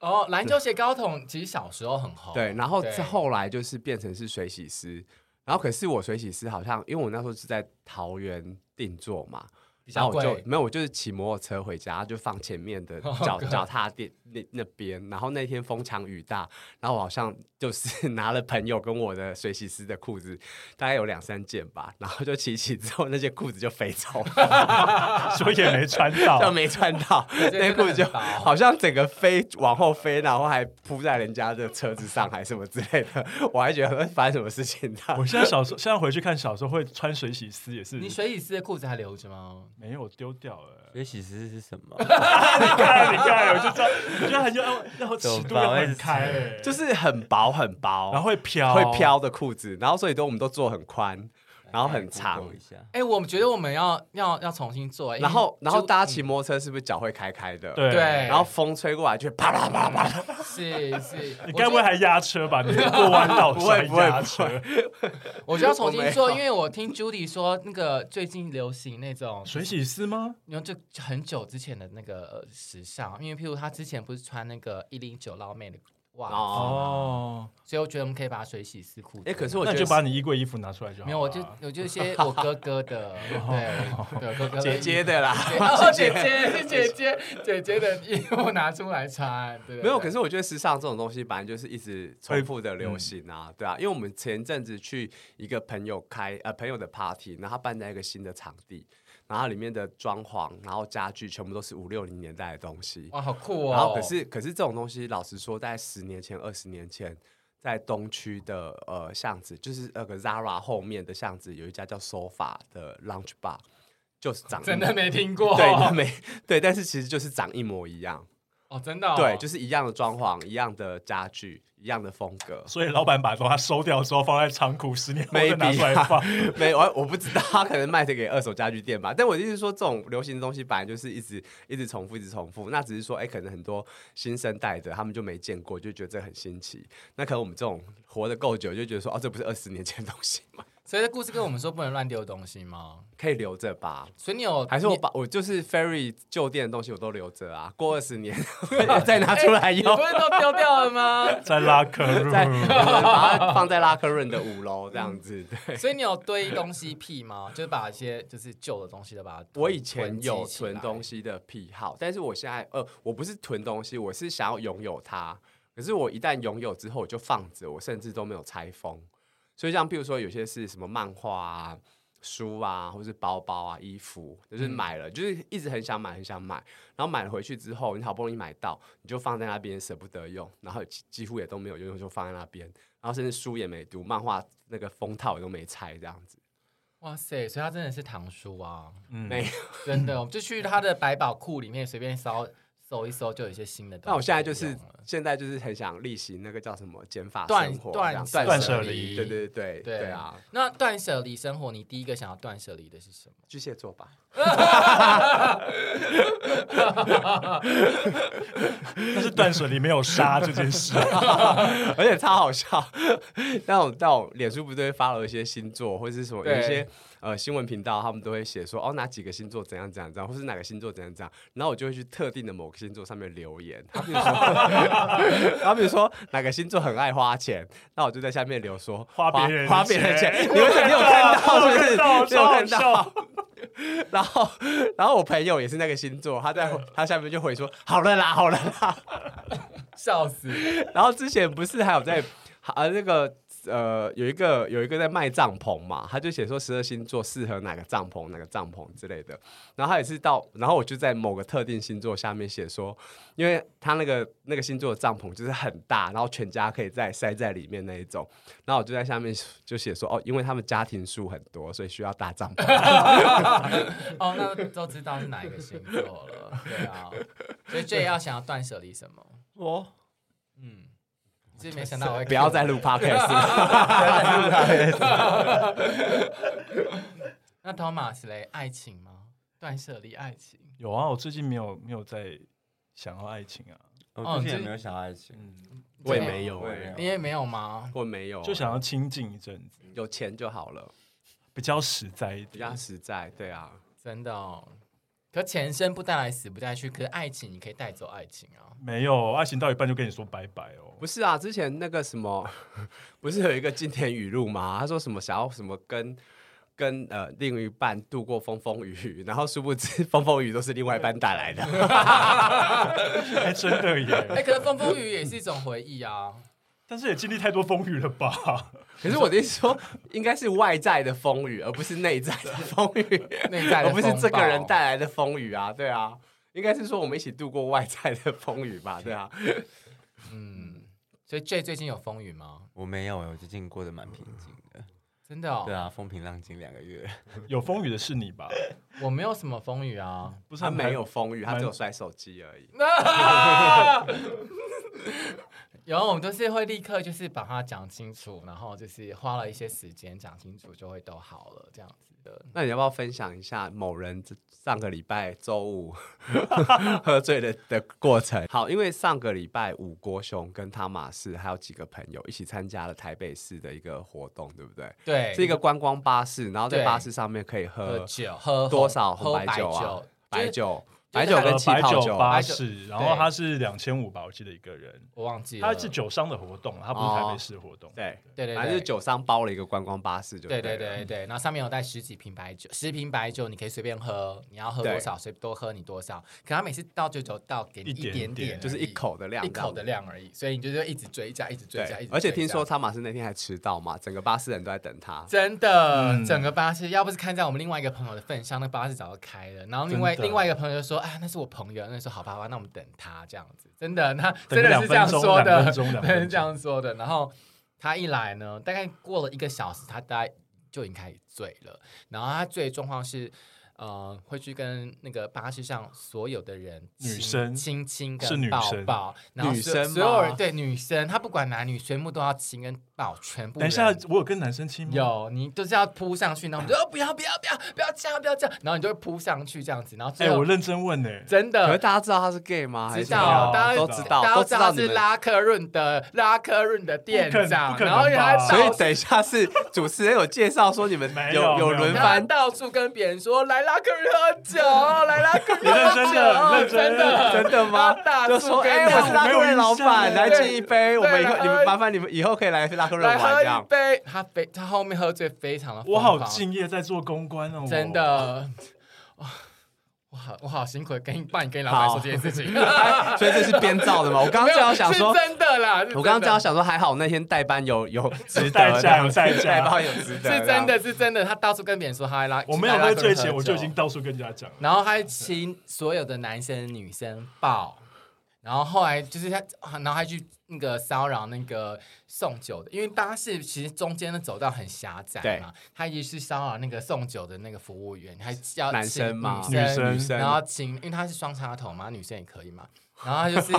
S3: 哦，篮球鞋高筒其实小时候很红，
S2: 对，然后
S3: 哦对
S2: 是后来就是变成是水洗师，然后可是我水洗师好像，因为我那时候是在桃园定做嘛，
S3: 比
S2: 然
S3: 较
S2: 后我就
S3: 贵，哦
S2: 没有，我就是骑摩托车回家，就放前面 的脚脚踏垫那那边。然后那天风强雨大，然后我好像就是 拿了朋友跟我的水洗师的裤子，大概有两三件吧。然后就骑一骑之后，那些裤子就飞走了，
S1: 所以也没穿 到
S2: 就。没穿到，
S3: 这
S2: 那
S3: 真的
S2: 裤子就
S3: 很薄
S2: 好像整个飞往后飞，然后还扑在人家的车子上，还什么之类的。我还觉得呃发生什么事情的。
S1: 我现在小时候，现在回去看小时候会穿水洗丝也是
S3: 你水洗丝的裤子还留着吗？
S1: 没有丢掉了。
S4: 学习时是什 么？
S1: 你看，你看，我就知道，我觉得很要要尺度要很开、欸，
S2: 就是很薄很薄，
S1: 然后会飘，
S2: 会。飘的裤子，然后所以都我们都做很宽，然后很长
S4: Google，一下。
S3: 哎、我们觉得我们要要要重新做，因为
S2: 然后然后
S3: 就
S2: 大家骑摩托车是不是脚会开开的？
S1: 对
S3: 对，
S2: 然后风吹过来就啪啦啪啦啪啦，
S3: 是是，
S1: 你
S3: 我
S1: 该不会
S3: 觉得
S1: 还压车吧？你过弯道
S2: 不会
S1: 摔
S2: 不会
S1: 压
S2: 不
S1: 车，
S3: 我就要重
S2: 我
S3: 新
S2: 没
S3: 做，
S2: 有
S3: 因为我听 Judy 说，那个最近流行那种，
S1: 水洗丝吗？
S3: 你看就很久之前的那个呃时尚，因为譬如她之前不是穿那个一零九捞妹的袜子，
S2: 哦
S1: 哦，
S3: 所以我觉得我们可以把水洗丝裤。
S2: 哎，可是我
S1: 那
S2: 觉
S1: 你就把
S2: 得
S1: 你衣柜衣服拿出来就好了啊。
S3: 没有，我就我就一些我哥 哥的，对，对我哥哥的
S2: 姐姐的啦，
S3: 哦，姐姐是姐姐，姐姐的衣服拿出来穿，对对
S2: 没有。
S3: 对
S2: 可是我觉得时尚这种东西，本来就是一直重复的流行
S3: 嗯
S2: 啊，对啊，因为我们前阵子去一个朋友开呃朋友的 party，然后他办在一个新的场地，然后里面的装潢，然后家具全部都是五六零年代的东西，
S3: 哇，好酷哦！
S2: 然后可是可是这种东西，老实说，在十年前、二十年前，在东区的呃巷子，就是那个 Zara 后面的巷子，有一家叫 Sofa 的 Lounge Bar，就是长
S3: 真
S2: 一
S3: 的
S2: 模。
S3: 没听过，
S2: 对，那没 对，但是其实就是长一模一样，
S3: 哦，真的哦，
S2: 对，就是是一样的装潢，一样的家具，一样的风格。
S1: 所以老板把它收掉之后放在仓库，十年后再拿出来
S2: Maybe
S1: 放。
S2: 没有，我我不知道，他可能卖这给二手家具店吧。但我的意思是说，这种流行的东西本来就是一直一直重复，一直重复。那只是说，哎、可能很多新生代的他们就没见过，就觉得这很新奇。那可能我们这种活得够久，就觉得说，哦，这不是二十年前的东西吗？
S3: 所以这故事跟我们说不能乱丢东西吗？
S2: 可以留着吧。
S3: 所以你有
S2: 还是我把我就是 Ferry 旧店的东西我都留着啊，过二十 年再拿出来
S3: 你
S2: 用，
S1: 哎
S3: 不是都丢掉了吗？
S1: 在拉 客入，
S2: 再 把它放在拉克润的五楼这样 子。 对，
S3: 所以你有堆东西癖吗？就是把一些就是旧的东西都把它囤
S2: 我以前有囤东
S3: 西，
S2: 西的癖好，但是我现在呃，我不是囤东西，我是想要拥有它。可是我一旦拥有之后，我就放着，我甚至都没有拆封。所以像譬如说，有些是什么漫画啊、书啊，或是包包啊、衣服，就是买了，就是一直很想买，很想买，然后买了回去之后，你好不容易买到，你就放在那边舍不得用，然后几几乎也都没有用，就放在那边，然后甚至书也没读，漫画那个封套也都没拆，这样子。
S3: 哇塞！所以它真的是堂叔啊，
S1: 嗯
S2: 没
S3: 真的，我哦们就去他的百宝库里面随便搜搜一搜，就有一些新的东西。
S2: 那我现在就是现在就是很想例行那个叫什么减法
S3: 断
S2: 生活，
S3: 断
S2: 这样
S3: 舍
S1: 断舍
S3: 离
S1: 离
S2: 对对对
S3: 对
S2: 对啊，！
S3: 那断舍离生活，你第一个想要断舍离的是什么？
S2: 巨蟹座吧，
S1: 但是断舍离没有杀这件事。
S2: 而且超好笑。那种那种脸书不都会发了一些星座或者是什么，有一
S3: 对
S2: 些呃新闻频道他们都会写说哦哪几个星座怎样怎样怎样，或是哪个星座怎样怎样，然后我就会去特定的某个星座上面留言，他比如说， 他比如说哪个星座很爱花钱，那我就在下面留说
S1: 花别人的
S2: 花别人的
S1: 钱
S2: 钱，你为什么你有看到是不是？
S1: 我有看到
S2: 你有看
S1: 超好笑
S2: 到？ 然后，然后我朋友也是那个星座，他在他下面就回说：“好了啦，好了啦。
S3: 笑死！”
S2: 然后之前不是还有在啊那个呃有一个有一个在卖帐篷嘛，他就写说十二星座适合哪个帐篷哪个帐篷之类的。然后他也是到，然后我就在某个特定星座下面写说，因为他那个那个星座的帐篷就是很大，然后全家可以在塞在里面那一种。然后我就在下面就写说：“哦，因为他们家庭数很多，所以需要大帐篷。”
S3: 哦，那都知道是哪一个星座了。对啊，所以最要想要断舍离什么？
S4: 我
S3: 嗯，这没想到我会
S2: 不要再录 podcast 了。
S3: 那 Thomas 嘞，爱情吗？断舍离爱情，
S1: 有啊，我最近没有没有在想要爱情啊，
S3: 哦
S4: 我最
S3: 你
S4: 近也
S3: 这
S4: 没有想爱情，
S1: 嗯，
S2: 我也没有
S4: 我也没有
S3: 你也没有吗？
S2: 我没有，
S1: 就想要清静一阵子，
S2: 有钱就好了，
S1: 比较实在一
S2: 比
S1: 点
S2: 较。实在。对啊，
S3: 真的哦。可前生不带来，死不带去。可是爱情，你可以带走爱情啊。
S1: 没有爱情到一半就跟你说拜拜哦，
S2: 不是啊，之 前那个什么，不是有一个经典语录吗？他说什么想要什么跟跟呃另一半度过风风雨雨， 然后殊不知风风雨雨都是另外一半带 来的。
S1: 还真的
S3: 哎、
S1: 耶。
S3: 可是风风雨雨也是一种回忆啊。
S1: 但是也经历太多风雨了吧？
S2: 可是我的意思说，应该是外在的风雨，而不是内在的风 雨，
S3: 内在的
S2: 而不是
S3: 风暴
S2: 这个人带来的风雨啊，对啊，应该是说我们一起度过外在的风雨吧，对啊，
S3: 嗯，所以 J 最近有风雨吗？
S4: 我没有，欸我最近过得蛮平静的。
S3: 真的、哦，
S4: 对啊，风平浪静两个月。
S1: 有风雨的是你吧？
S3: 我没有什么风雨啊。
S1: 不是
S2: 他
S1: 很
S2: 没有风雨，他
S1: 蛮
S2: 只有摔手机而已。
S3: 然后我们都是会立刻就是把它讲清楚，然后就是花了一些时间讲清楚，就会都好了这样子的。
S2: 那你要不要分享一下某人这上个礼拜周五 喝醉的的过程？好，因为上个礼拜五，国雄跟汤马士还有几个朋友一起参加了台北市的一个活动，对不对？
S3: 对，
S2: 是一个观光巴士，然后在
S3: 对
S2: 巴士上面可以
S3: 喝
S2: 喝
S3: 酒喝
S2: 多少
S3: 喝
S2: 红白酒啊
S3: 酒？
S2: 白
S3: 就
S2: 酒、白酒跟
S3: 是就是
S1: 呃
S2: 气
S1: 白
S2: 泡
S1: 酒
S2: 酒，
S1: 八
S3: 白酒
S1: 十，然
S3: 对
S1: 后它是两千五吧，我记得一个人。
S3: 我忘记了，
S1: 它是酒商的活动，它不是台北市活动。
S2: 对，
S3: 对对
S2: 反正就
S3: 对
S2: 是。酒商包了一个观光巴士就
S3: 对
S2: 对啊
S3: 对
S2: 了
S3: 对对，然后上面有带十几瓶白酒，十瓶白酒你可以随便喝，你要喝
S2: 对
S3: 多少随多喝你多少。可他每次倒酒酒倒给你
S1: 一
S3: 一
S1: 点
S3: 点点而
S1: 点
S3: 已，
S2: 就是一口的量
S3: 一
S2: 这样
S3: 口的量而已，所以你就是一直追加，一直追加，
S2: 对
S3: 一直，追加。
S2: 而且听说汤马士那天还迟到嘛，整个巴士人都在等他。
S3: 真的，
S1: 嗯
S3: 整个巴士要不是看在我们另外一个朋友的份上，那巴士早就开了。然后另外
S1: 真的
S3: 另外一个朋友就说：“哎，那是我朋友。”那时候好吧，好吧，那我们等他这样子。真的，那真
S1: 等
S3: 的
S1: 两
S3: 是这样
S1: 分钟
S3: 说的，
S1: 两分钟两 分钟
S3: 是这样说的。然后他一来呢，大概过了一个小时，他大概就已经开始醉了。然后他醉的状况是。呃，会去跟那个巴士上所有的人亲
S1: 女生
S3: 亲亲
S1: 是
S3: 跟
S1: 女
S3: 抱
S1: 生
S3: 抱，然后
S2: 女
S3: 所
S2: 生
S3: 所有
S2: 吗
S3: 人对女生，他不管男女，全部都要亲跟抱，全部
S1: 等一
S3: 人
S1: 下，我有跟男生亲吗？，
S3: 啊
S1: 哎
S3: 有，你就是要扑上去，然后我们就哦不要不要不要不要这样不要这样，然后你就会扑上去这样子，然后
S1: 哎、
S3: 最后、
S1: 我认真问呢、
S3: 真
S2: 可是
S3: 的
S2: 大家知道他是 gay 吗？还是
S3: 知
S2: 怎么样
S3: 道，大家
S2: 都知道，
S3: 大家
S2: 都
S3: 都
S2: 知道你
S3: 是
S2: 们
S3: 拉克润的拉克润的店
S1: 不可
S3: 长，
S1: 不可
S3: 然后
S1: 能
S3: 他
S1: 吧
S3: 到
S2: 所以等一下是主持人有介绍说你们
S1: 没
S2: 有
S1: 有没有
S2: 轮
S3: 他
S2: 番，
S3: 到处跟别人说来拉克润喝 酒，来拉克
S1: 你
S3: 润
S1: 认真的，
S3: 喝
S1: 认
S3: 酒，哦真
S1: 的，
S2: 真的吗
S3: 他？大
S2: 就
S3: 叔
S2: 说
S3: 跟
S2: 哎，我是拉
S1: 没
S2: 克
S1: 有
S2: 润
S1: 印
S2: 老
S1: 象
S2: 板，
S1: 哎
S2: 来
S3: 对
S2: 敬一杯，我们以
S3: 来
S2: 后
S3: 喝
S2: 你们
S3: 一
S2: 麻烦你们以后可以来拉克润
S3: 来
S2: 玩
S3: 喝
S2: 这
S3: 一
S2: 样。
S3: 杯，他非他后面喝醉非常的，
S1: 我好，敬业，在做公关哦，
S3: 真的。。哇我好，我好辛苦，跟你帮你跟你老板
S2: 好
S3: 说这件事 情。
S2: 哎所以这是编造的嘛？我刚刚正要想说
S3: 没有，是真的啦，是
S2: 我刚刚
S3: 真的
S2: 正要想说，还好那天代班有有值得
S1: 代驾有代驾
S2: 代班有值得，
S3: 是真。的是真的，他到处跟别人说他拉，
S1: 我没有
S3: 拉
S1: 喝
S3: 克
S1: 醉
S3: 喝
S1: 前，
S3: 酒
S1: 我就已经，到处跟人家讲了。
S3: 然后还亲所有的男生女生抱，然后后来就是他，然后还去那个骚扰那个送酒的，因为巴士其实中间的走道很狭窄嘛，他也是骚扰那个送酒的那个服务员，还要
S2: 男
S3: 亲
S2: 生嘛
S3: 女
S1: 女生
S3: 生，
S1: 女生
S3: 然后亲，因为他是双插头嘛，女生也可以嘛。然后他就是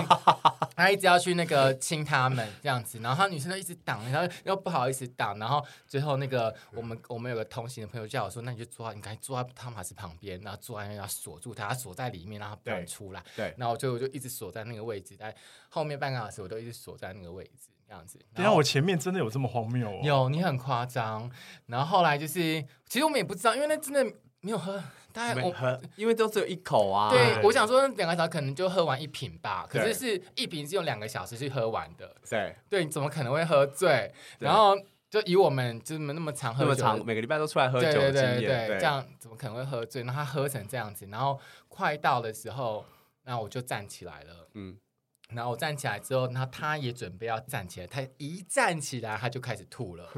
S3: 他一直要去那个亲他们这样子，然后他女生就一直挡，然后又不好意思挡，然后最后那个我们我们有个同行的朋友叫我说，那你就坐在，你赶紧坐在汤马斯旁边，然后坐在那要锁住他，他锁在里面，让他不能
S2: 对
S3: 出来。
S2: 对
S3: 然后我就我就一直锁在那个位置，在后面半个小时我都一直锁在那个位置这样子。
S1: 等一
S3: 然
S1: 下
S3: 后
S1: 我前面真的有这么荒谬哦？
S3: 有你很夸张，然后后来就是其实我们也不知道，因为那真的没有喝，大概
S2: 没
S3: 哎我
S2: 喝，因为都只有一口啊。
S3: 对，
S1: 对
S3: 我想说两个小时可能就喝完一瓶吧，可
S2: 对
S3: 是是一瓶是用两个小时去喝完的，
S2: 对，
S3: 对，你怎么可能会喝醉？
S2: 对
S3: 然后就以我们就是那么常喝
S2: 那
S3: 酒
S2: 么
S3: 的
S2: 长，每个礼拜都出来喝酒
S3: 对
S2: 的
S3: 对
S2: 经验，
S3: 对对，这样怎么可能会喝醉？然后他喝成这样子，然后快到的时候，那我就站起来了。
S2: 嗯，
S3: 然后我站起来之后，然后他也准备要站起来，他一站起来他就开始吐了，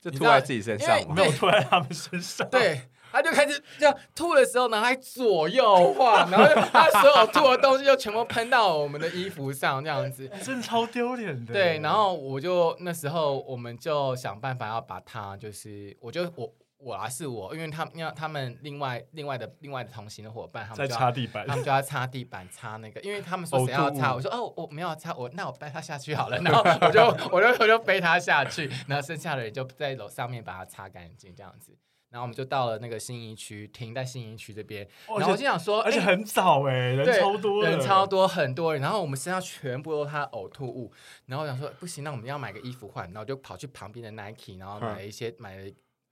S2: 就
S3: 你
S2: 吐
S3: 知道
S2: 在自己身上
S3: 因为
S2: 嘛
S1: 没。有吐在他们身上。，
S3: 对。他就开始这样吐的时候呢，还左右晃，然后就他所有吐的东西就全部喷到我们的衣服上，这样子。
S1: 真的超丢脸的。
S3: 对，然后我就那时候我们就想办法要把他，就是我就我我啊是我，因为他们要他们另外另外的另外的同行的伙伴，他
S1: 在
S3: 们就
S1: 擦
S3: 要
S1: 地板
S3: 他，们就要擦地板擦那个，因为他们说谁
S1: 呕吐
S3: 要擦，
S1: 物
S3: 我说哦我没有擦，我那我背他下去好了，然后 我就我就我就背他下去，然后剩下的人就在楼上面把它擦干净这样子。然后我们就到了那个信义区，停在信义区这边。
S1: 哦
S3: 然
S1: 而
S3: 后我就
S1: 且
S3: 想 说，
S1: 而且
S3: 哎
S1: 很早哎，人
S3: 对
S1: 超多的，
S3: 人超多，很多人。然后我们身上全部都是他的呕吐物，然后我想说不行，那我们要买个衣服换，然后就跑去旁边的 Nike，然后买
S1: 嗯
S3: 了一些、买了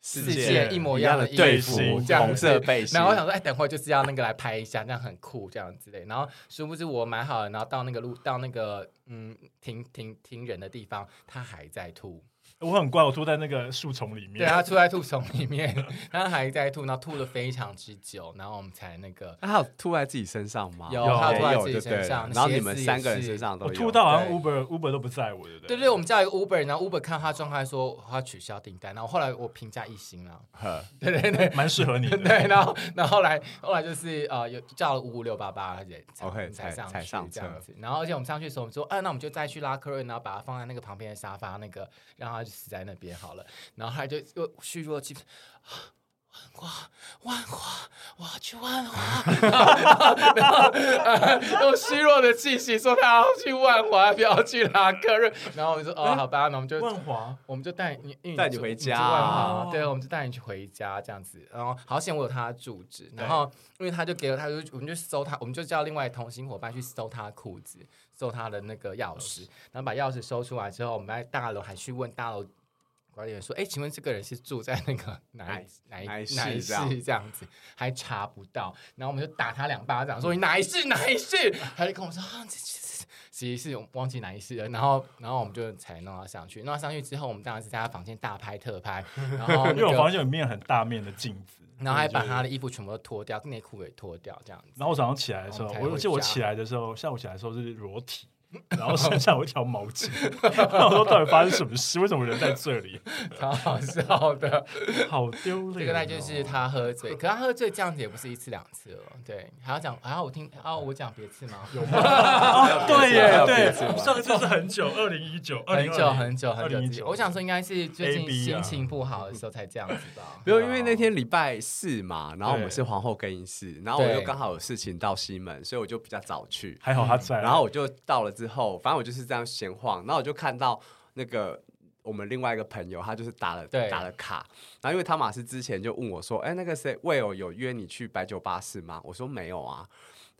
S2: 世
S3: 四
S2: 界
S3: 件一模
S2: 一样
S3: 样的
S2: 的
S3: 衣
S2: 队
S1: 服
S2: 服
S3: 这，样
S2: 红
S3: 子
S2: 色背心。
S3: 然后我想说，哎，等会就是要那个来拍一下，这样很酷，这样之类。然后殊不知我买好了，然后到那个路到那个嗯停停停人的地方，他还在吐。
S1: 我很怪，我吐在那个树丛里
S3: 对，
S1: 面。
S3: 啊他吐在吐虫里面， 然后还在吐，然后吐了非常之久，然后我们才那个
S2: 他有吐在自己身上吗？
S3: 有
S1: 有
S3: 他
S2: 也
S3: 吐在
S2: 有
S3: 自己
S2: 就对
S3: 身
S2: 了
S3: 上，
S2: 然后你
S3: 鞋
S2: 们
S3: 子也
S2: 三个人
S3: 是
S2: 身上都
S1: 我
S2: 有。
S1: 吐到好像
S3: 对
S1: Uber Uber 都不在我，对不对？
S3: 对对，我们叫一个 Uber，然后 Uber 看他状态说他取消订单，然后后来我评价一星了，
S2: 呵，
S3: 对对对。
S1: 蛮适合你的。
S3: 对，然后，然后后来，后来就是呃，有叫了五五六八八也
S2: OK，
S3: 才
S2: 才
S3: 上
S2: 才
S3: 去
S2: 上
S3: 这
S2: 车
S3: 样子。然后，而且我们上去的时候，我们说，啊，那我们就再去拉客人，然后把它放在那个旁边的沙发，那个让他就死在那边好了。然后后来就又虚弱气，啊万华，我要去万华，然后 呃用虚弱的气息说他要去万华，不要去拉客人。然后我们说哦，好吧，那我们就
S1: 万华
S3: 我们就带你因为
S2: 带你
S3: 住
S2: 回
S3: 住
S2: 家
S3: 万华
S1: 哦
S3: 对，啊我们就带你去回家这样子。然后好险我有他的住址，然后因为他就给了他就我们就搜他，我们就叫另外同行伙伴去搜他裤子，搜他的那个钥匙，然后把钥匙搜出来之后，我们在大楼还去问大楼。管理员说：“哎、请问这个人是住在那 个哪一哪一
S2: 哪
S3: 哪
S2: 一
S3: 一
S2: 室
S3: 室
S2: 这样
S3: 这样子？还查不到，然后我们就打他两巴掌，说你哪一室哪一室？他就跟我说啊，这这这其实是我忘记哪一室了。然后，然后我们就才弄他上去，弄他上去之后，我们当然是在他房间大拍特拍，然后、 那
S1: 因为我
S3: 个
S1: 房间有面很大面的镜子，
S3: 然后还把
S1: 就是
S3: 他的衣服全部都脱掉，内裤也脱掉，这样子。
S1: 然后我早上起来的时候，
S3: 我们才
S1: 我
S3: 回
S1: 我记得我
S3: 家
S1: 起来的时候，下午起来的时候是裸体，然后身上有一条毛巾， 然后我说到底发生什么事？为什么人在这里？
S3: 超好笑 的。
S1: 好丢脸、哦！
S3: 这个那 就是他喝醉，可他喝醉这样子也不是一次两次了，对，还要讲，还要我听，啊，我讲别次吗？有 吗？
S1: 哦，对
S2: 还
S1: 耶，
S2: 有别的
S1: 对，上次是很久，二零一九，
S3: 很久很久很久之前，
S1: 2019
S3: 我想说应该是最
S1: A
S3: 近
S1: B 啊
S3: 心情不好的时候才这样子吧。
S2: 没有，因为那天礼拜四嘛，然后我们
S1: 对
S2: 是皇后更衣室，然后我
S3: 对
S2: 又刚好有事情到西门，所以我就比较早去。
S1: 还好他在，啊
S2: 然后我就到了之后，反正我就是这样闲晃，然后我就看到那个我们另外一个朋友，他就是打了
S3: 对
S2: 打了卡，然后因为汤马斯之前就问我说，哎，那个谁魏友有约你去白酒巴士吗？我说没有啊，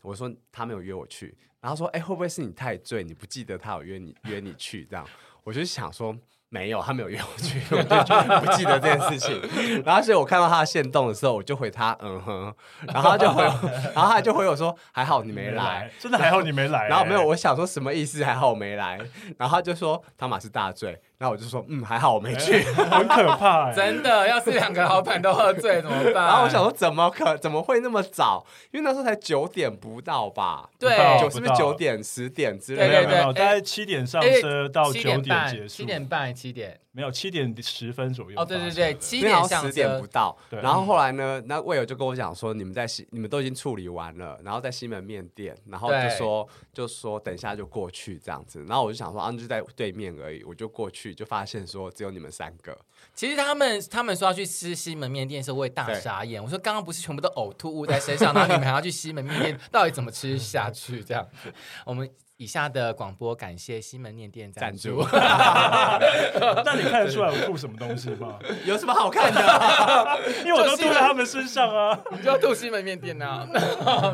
S2: 我说他没有约我去，然后说，哎，会不会是你太醉，你不记得他有约你约你去这样？我就想说。没有，他没有约我去，我就不记得这件事情。然后，所以我看到他的线动的时候，我就回他嗯哼，然后他就回我，然后他就回我说还好你没
S1: 没
S2: 来，
S1: 来，真的还好你没来。欸
S2: 然后没有，我想说什么意思？还好我没 来。然后他就说汤马是大醉，然后我就说嗯，还好我没 去。
S1: 很可怕欸耶，
S3: 真的，要是两个老板都喝醉怎么办？
S2: 然后我想，说怎么可怎么会那么早？因为那时候才九点不到吧？
S3: 对
S1: 不到
S2: 九是不是九点十点之
S1: 没
S2: 类
S1: 有
S2: 的？
S1: 没有
S3: 对对
S1: 没有，
S3: 哎
S1: 大概七点上车到
S3: 七
S1: 九
S3: 点
S1: 点
S3: 半
S1: 结束
S3: 七，点半，七点，
S1: 没有七点十分左右
S3: 哦，
S1: 发生
S3: 对
S1: 的。
S3: 对对，七
S2: 因为好
S3: 点
S2: 像
S3: 上
S2: 十点
S3: 车
S2: 不，到，
S1: 对
S2: 然后后来呢，那魏友就跟我讲说，你们在西，你们都已经处理完了，然后在西门面店，然后就
S3: 对
S2: 说就说等一下就过去这样子，然后我就想说，啊，那就在对面而已，我就过去，就发现说只有你们三个，
S3: 其实他们他们说要去吃西门面店的时候，我也大
S2: 对
S3: 傻眼。我说刚刚不是全部都呕吐物在身上，然后你们还要去西门面店，到底怎么吃下去？这样子，我们以下的广播感谢西门面店赞
S2: 赞
S3: 助
S2: 助。
S1: 那你看得出来我吐什么东西吗？
S2: 有什么好看的？
S1: 因为我都吐在他们身上啊。
S3: 你就要吐西门面店呐、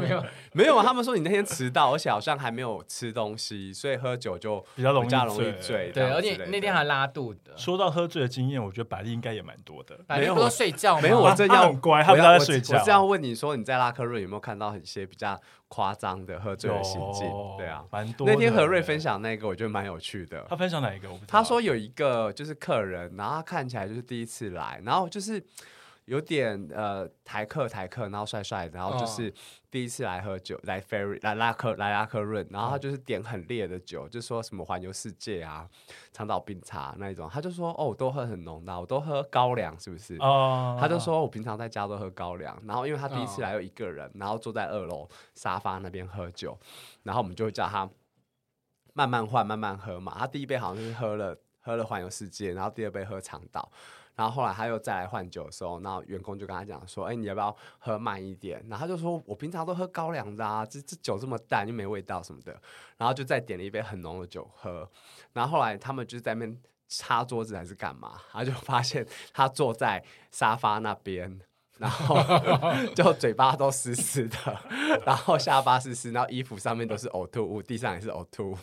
S3: 没有，
S2: 没有，啊，他们说你那天迟到，而且好像还没有吃东西，所以喝酒就
S1: 比较容易
S2: 比较容易
S1: 醉
S2: 醉。
S3: 对，而且
S2: 这样之类的
S3: 那天还拉肚的，
S1: 说到喝醉的经验，我觉得百丽应该也蛮多的。
S3: 反
S2: 没有
S3: 正不都睡觉吗？
S2: 没有，我正
S1: 他
S2: 要
S1: 很乖他
S2: 我
S1: 不
S2: 要
S1: 在
S2: 我
S1: 睡觉
S2: 我这样问你说，你在拉克瑞有没有看到一些比较夸张的喝醉的行径
S1: 有？
S2: 对啊，，
S1: 蛮多的。欸
S2: 那天何瑞分享那个，我觉得蛮有趣的
S1: 他。分享哪一个？我不知道
S2: 他说有一个就是客人，然后他看起来就是第一次来，然后就是有点呃台客台客，然后帅帅的，然
S1: 嗯
S2: 后就是第一次来喝酒，来 ferry 来拉克来拉克润，然
S1: 嗯
S2: 后他就是点很烈的酒，就说什么环游世界啊、长岛冰茶那一种，他就说哦，我都喝很浓的啊，我都喝高粱，是不是？
S1: 哦，
S2: 他就说：“我平常在家都喝高粱，然后因为他第一次来又一个人，然后坐在二楼沙发那边喝酒，然后我们就会叫他慢慢换、慢慢喝嘛。他第一杯好像是喝了 喝了环游世界，然后第二杯喝长岛，然后后来他又再来换酒的时候，然后员工就跟他讲说：‘哎、你要不要喝慢一点？’然后他就说：‘我平常都喝高粱的啊，这这酒这么淡就没味道什么的。’然后就再点了一杯很浓的酒喝，然后后来他们就在那边。”擦桌子还是干嘛？他就发现他坐在沙发那边，然后 就嘴巴都湿湿的，然后下巴湿湿，然后衣服上面都是呕吐物，地上也是呕吐物。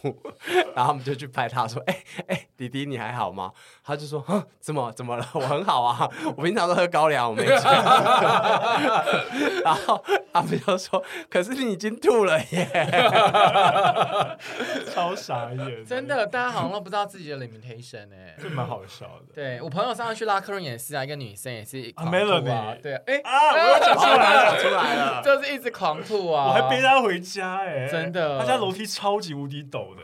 S2: 然后我们就去拍他说：“哎、哎、弟弟你还好吗？”他就说：“哼怎么怎么了？我很好啊，我平常都喝高粱，我 没事。”然后他们就说：“可是你已经吐了耶
S1: 超傻眼，
S3: 真的，大家好像都不知道自己的 limitation 哎、
S1: 这蛮好笑 的。
S3: 对我朋友上次去拉客人也是啊，一个女生也是狂吐
S1: Melanie
S3: 对，哎、
S1: 啊我又讲出来了
S2: 讲 出来了
S3: 就是一直狂吐啊，
S1: 我还背他回家哎、
S3: 真的
S1: 他家楼梯超级无敌陡的，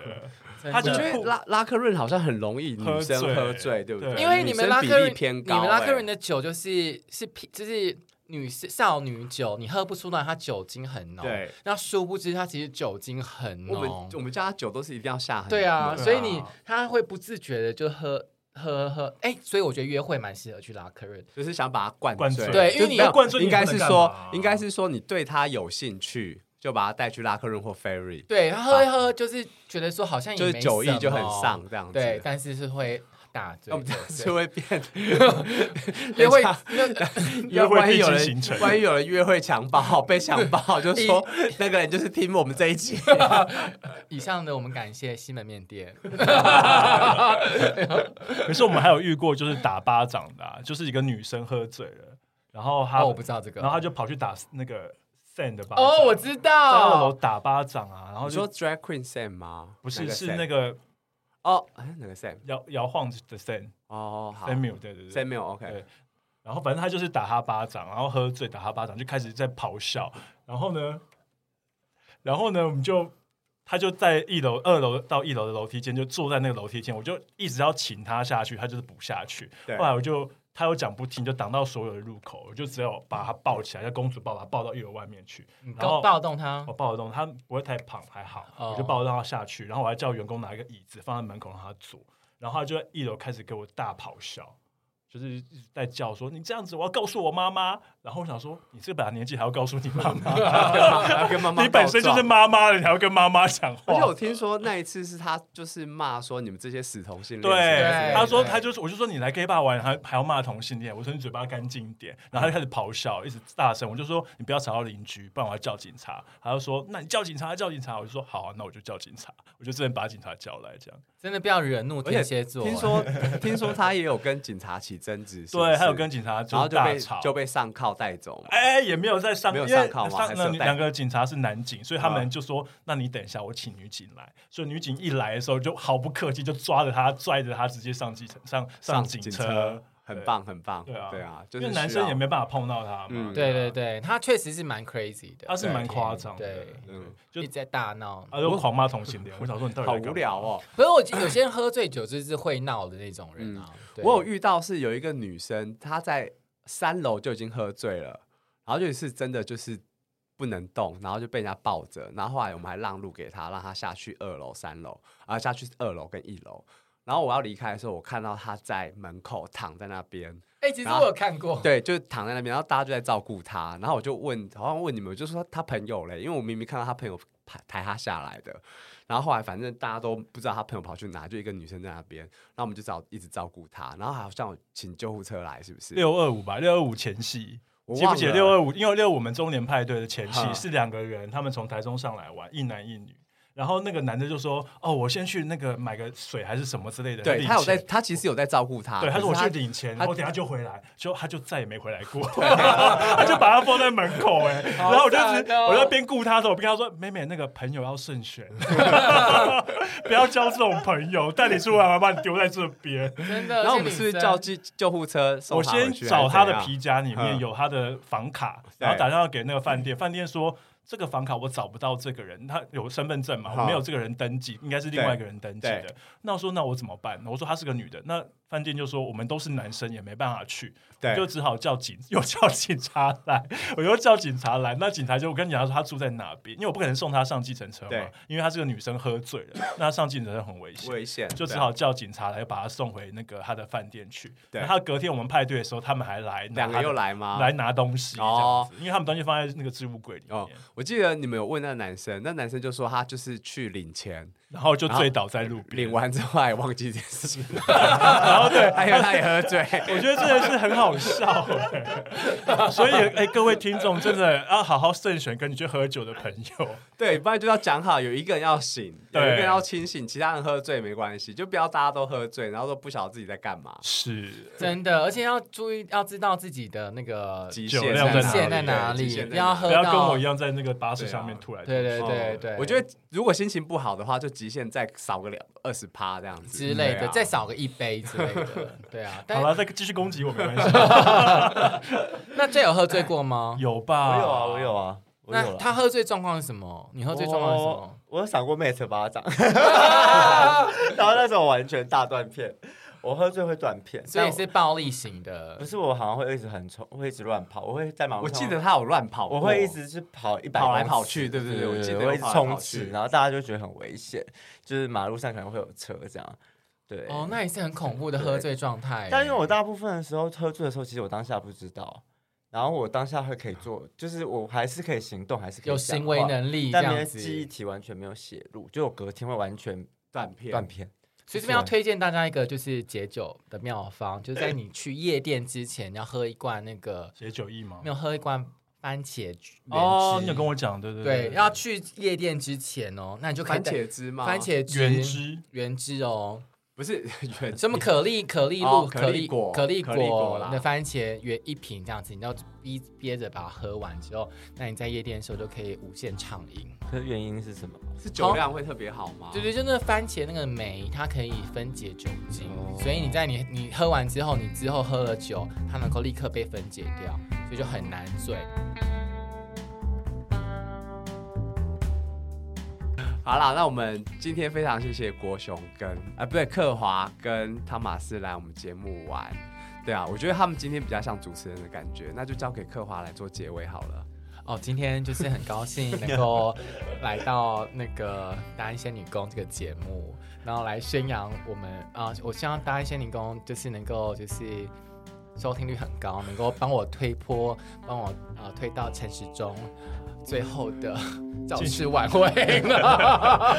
S3: 真
S1: 他！”
S3: 的，
S1: 就
S2: 我
S1: 是
S2: 觉得拉拉克润好像很容易女生
S1: 喝醉
S2: 喝醉，对不对？
S1: 对
S3: 因为你
S2: 女
S3: 们
S2: 生
S3: 拉
S2: 比
S3: 克
S2: 例
S3: 人，
S2: 偏高、欸
S3: 你们拉克人
S2: 的
S3: 的酒就是是啤就是女士少女酒，你喝不出来它酒精很浓。
S2: 对，
S3: 那殊不知它其实酒精很
S2: 我们
S3: 浓。
S2: 我们家酒都是一定要下很
S3: 对啊，
S2: 浓的
S3: 所以你他会不自觉的就喝喝喝，哎、所以我觉得约会蛮适合去拉客人。
S2: 就是想把它灌
S1: 灌
S2: 醉，
S1: 醉
S3: 对因为
S2: 就
S3: 你
S2: 没有
S1: 灌醉你
S2: 应该
S1: 不能
S2: 是
S1: 干
S2: 说
S1: 嘛，
S2: 应该是说你对他有兴趣，就把他带去拉克润或 ferry，
S3: 对他喝一喝，就是觉得说好像也
S2: 就是
S3: 没
S2: 酒
S3: 什
S2: 意
S3: 么
S2: 就很上，这样子。哦
S3: 对，但是是会大醉
S2: 那我们这
S3: 酒
S2: 样
S3: 醉
S2: 就会变
S3: 约会
S1: 约会
S2: 万一有
S1: 必经行
S2: 人
S1: 程
S2: 万一有人约会强暴被强暴，就说那个人就是听我们这一集，
S3: 以上的我们感谢西门面店，
S1: 可是我们还有遇过就是打巴掌的、啊， 就是一个女生喝醉了，然后她、
S3: 哦，我不知道这个，
S1: 然后她就跑去打那个 Sam 的巴掌，
S3: 哦，我知
S1: 在二楼
S3: 道，
S1: 打巴掌啊，然后
S2: 你
S1: 就
S2: 说 drag queen Sam 吗？
S1: 不是是
S2: Sam？
S1: 那个
S2: 哦，哎哪个 Sam？
S1: 摇摇晃的 Sam
S2: 哦，好
S1: Samuel 对对对。
S2: Sam 没有 OK。
S1: 对然后反正他就是打他巴掌，然后喝醉打他巴掌，就开始在咆哮。然后呢，然后呢，我们就他就在一楼、二楼到一楼的楼梯间，就坐在那个楼梯间，我就一直要请他下去，他就是不下去。
S2: 对
S1: 后来我就他又讲不听，就挡到所有的入口，我就只有把他抱起来，叫公主抱把他抱到一楼外面去。
S3: 你
S1: 然后
S3: 暴暴动他
S1: 我，抱得哦动，他不会太胖，还好，
S3: 哦
S1: 我就抱得让他下去，然后我还叫员工拿一个椅子放在门口让他坐，然后他就在一楼开始给我大咆哮，就是一直在叫说你这样子我要告诉我妈妈，然后我想说你这把年纪还要告诉你妈妈，
S2: 他跟 妈妈
S1: 你本身就
S2: 告
S1: 是
S2: 状
S1: 妈妈了，你还要跟妈妈讲
S2: 而且我
S1: 话。
S2: 听说那一次是他就是骂说你们这些死同性恋什么之类
S1: 对
S2: 的，
S1: 他说，
S3: 对
S1: 他就是，我就说你来 gay 吧玩，还还要骂同性恋，我说你嘴巴干净一点，然后他就开始咆哮，一直大声，我就说你不要吵到邻居，不然我要叫警察。他就说那你叫警察，叫警察，我就说好、啊，那我就叫警察，我就真的把警察叫来这样。
S3: 真的不要惹怒
S2: 而且
S3: 天蝎座。
S2: 听说听说他也有跟警察起争执，是不
S1: 对，
S2: 是
S1: 还有跟警察就
S2: 然后就
S1: 大
S2: 被
S1: 吵，
S2: 就被上铐带走嘛。
S1: 哎、也没有在上，
S2: 没有
S1: 因为
S2: 上铐吗还是有
S1: 那
S2: 带
S1: 两个警察是男警，所以他
S2: 啊
S1: 们就说：“那你等一下，我请女警来。”所以女警一来的时候，就毫不客气就抓着他，拽着他直接上计程上
S2: 上
S1: 警
S2: 警车，很
S1: 对
S2: 棒很棒，
S1: 对啊，
S2: 对啊，就是
S1: 因为男
S2: 需要
S1: 生也没办法碰到他嘛，啊
S2: 嗯
S3: 对对，对，他确实是蛮 crazy 的，
S1: 他是蛮夸张的，
S3: 对，
S2: 嗯
S1: 就
S3: 一直在大闹。
S2: 呃
S1: 他就狂骂同性恋。我想说你到底
S2: 好
S1: 在干嘛
S2: 无聊。哦。
S3: 可是我觉得有些人喝醉酒就是会闹的那种人啊。
S2: 嗯
S3: 对
S2: 我有遇到是有一个女生，她在三楼就已经喝醉了，然后就是真的就是不能动，然后就被人家抱着，然后后来我们还让路给她，让她下去二楼、三楼，啊下去二楼跟一楼。然后我要离开的时候，我看到她在门口躺在那边，
S3: 哎，其实
S2: 然
S3: 我
S2: 后
S3: 有看过，
S2: 对，就躺在那边，然后大家就在照顾她。然后我就问，好像问你们，我就说她朋友嘞，因为我明明看到她朋友抬抬她下来的。然后后来反正大家都不知道她朋友跑去哪，就一个女生在那边，然后我们就照一直照顾她，然后好像有请救护车来，是不是？
S1: 六二五吧，六二五前夕，
S2: 我
S1: 记不记得六
S2: 忘了
S1: 二五？因为六二五我们中年派对的前夕
S2: 哈
S1: 是两个人，他们从台中上来玩，一男一女。然后那个男的就说：“哦，我先去那个买个水还是什么之类的。”
S2: 对
S1: 领
S2: 他有在，
S1: 钱
S2: 他其实有在照顾她。
S1: 对，他说我
S2: 啊可是
S1: 去
S2: 她
S1: 领钱，
S2: 他
S1: 然后等下就回来，就他就再也没回来过， 他就把他放在门口 哎、然后我就一直
S3: 惨哦
S1: 我就边顾他的时候，我边跟他说：“妹妹，那个朋友要慎选， 不要交这种朋友，带你出来我要把你丢在这 边。”
S3: 真的。
S2: 然后我
S3: 而且
S2: 们
S3: 女
S2: 是不是
S3: 生
S2: 叫救救护车送
S1: 我
S2: 她回去
S1: 先
S2: 还是
S1: 找
S2: 怎
S1: 他的
S2: 样
S1: 皮夹里面
S2: 嗯
S1: 有他的房卡，
S2: 对
S1: 然后打电话给那个饭店，饭店说这个房卡我找不到这个人，他有身份证嘛，
S2: 好
S1: 我没有这个人登记，应该是另外一个人登记
S2: 对
S1: 的。那我说那我怎么办？我说她是个女的，那饭店就说我们都是男生，也没办法去，
S2: 对
S1: 就只好叫警，又叫警察来，我又叫警察来，那警察就我跟警察说她住在哪边，因为我不可能送她上计程车嘛
S2: 对，
S1: 因为她是个女生喝醉了，那她上计程车很危险，
S2: 危险，
S1: 就只
S2: 对啊
S1: 好叫警察来把他送回那个他的饭店去。
S2: 对
S1: 然后他隔天我们派对的时候，他们还来拿
S2: 两个又来吗？
S1: 来拿东西这样
S2: 哦
S1: 子，因为他们东西放在那个置物柜里面。
S2: 哦，我记得你们有问那个男生，那男生就说他就是去领钱，
S1: 然后就醉倒在路边
S2: 领。完之后还忘记这件事情，
S1: 然后对，
S2: 还有他也喝醉，
S1: 我觉得真的是很好笑、欸 所以哎、各位听众真的要好好慎选跟你去喝酒的朋友。
S2: 对，不然就要讲好，有一个人要醒，有
S1: 对
S2: 一个人要清醒，其他人喝醉没关系，就不要大家都喝醉，然后都不晓得自己在干嘛，
S1: 是，
S3: 真的，而且要注意，要知道自己的那个
S2: 极
S1: 酒
S2: 限
S1: 量在
S3: 极限在哪
S2: 对极
S3: 里，
S2: 限
S3: 不
S2: 在
S3: 要
S2: 哪
S3: 喝
S1: 不
S3: 到
S1: 要跟我一样在那个巴士
S2: 对啊
S1: 上面突然
S3: 对对对
S2: 哦
S3: 对，
S2: 我觉得如果心情不好的话，就极限再少个两二十趴这样子
S3: 之类
S2: 对
S3: 的，
S2: 啊
S3: 再少个一杯之类的，对 啊。
S1: 好
S3: 但
S1: 了，再继续攻击我没关 系。
S3: 那这有喝醉过吗？
S1: 有吧？
S4: 我有啊，我有啊，我有
S3: 那
S4: 啊。
S3: 他喝醉状况是什么？你喝醉状况是什么
S4: 我？我有赏过 mate 巴掌，然后那时候完全大断片。我喝醉会断片，
S3: 所以
S4: 但
S3: 是暴力型的
S4: 不，是我好像会一直很冲，会一直乱跑，我会在马路
S2: 我
S4: 上，
S2: 记得他有乱跑过，
S4: 哦我会一直是跑一百
S2: 跑来跑去，对不对？
S4: 对
S2: 我
S4: 对
S2: 记
S4: 对，
S2: 得
S4: 我会
S2: 有
S4: 一直
S2: 跑来
S4: 冲
S2: 跑
S4: 刺，
S2: 去
S4: 然后大家就觉得很危险，就是马路上可能会有车这样，对。
S3: 哦，那也是很恐怖的喝醉状态。
S4: 但因为我大部分的时候喝醉的时候，其实我当下不知道，然后我当下会可以做，就是我还是可以行动，还是可以
S3: 有
S4: 讲
S3: 行为
S4: 话，
S3: 能力这
S4: 但别
S3: 样
S4: 的记忆
S3: 子，
S4: 体完全没有写入，就我隔天会完全
S2: 断片，
S4: 断片。
S3: 所以这边要推荐大家一个就是解酒的妙方，就是在你去夜店之前要喝一罐那个，
S1: 解酒意吗
S3: 没？有喝一罐番茄原汁
S1: 哦，你有跟我讲，对对
S3: 对，要去夜店之前哦，那你就可
S2: 番
S3: 以带
S2: 茄汁吗？
S3: 番茄汁
S1: 原汁
S3: 原汁哦，
S2: 不是 原
S3: 什么可丽可丽
S2: 哦
S3: 露、
S2: 可
S3: 可
S2: 丽
S3: 丽
S2: 果
S3: 可丽
S2: 可丽果
S3: 果
S2: 啦
S3: 的番茄原一瓶这样子，你要逼憋着把它喝完之后，那你在夜店的时候就可以无限畅饮。
S4: 可是原因是什么？
S2: 是酒量会特别好吗？
S3: 对对，就那个番茄那个酶，它可以分解酒精，
S4: 哦
S3: 所以你在你你喝完之后，你之后喝了酒，它能够立刻被分解掉，所以就很难醉。
S2: 好啦，那我们今天非常谢谢国雄跟啊、不对，克华跟汤马斯来我们节目玩。对啊，我觉得他们今天比较像主持人的感觉，那就交给克华来做结尾好 了。
S3: 哦，今天就是很高兴能够来到那个《大一仙女宫》这个节目，然后来宣扬我们啊、我希望《大一仙女宫》就是能够就是收听率很高，能够帮我推坡，帮我啊、推到陈时中最后的 造势晚会。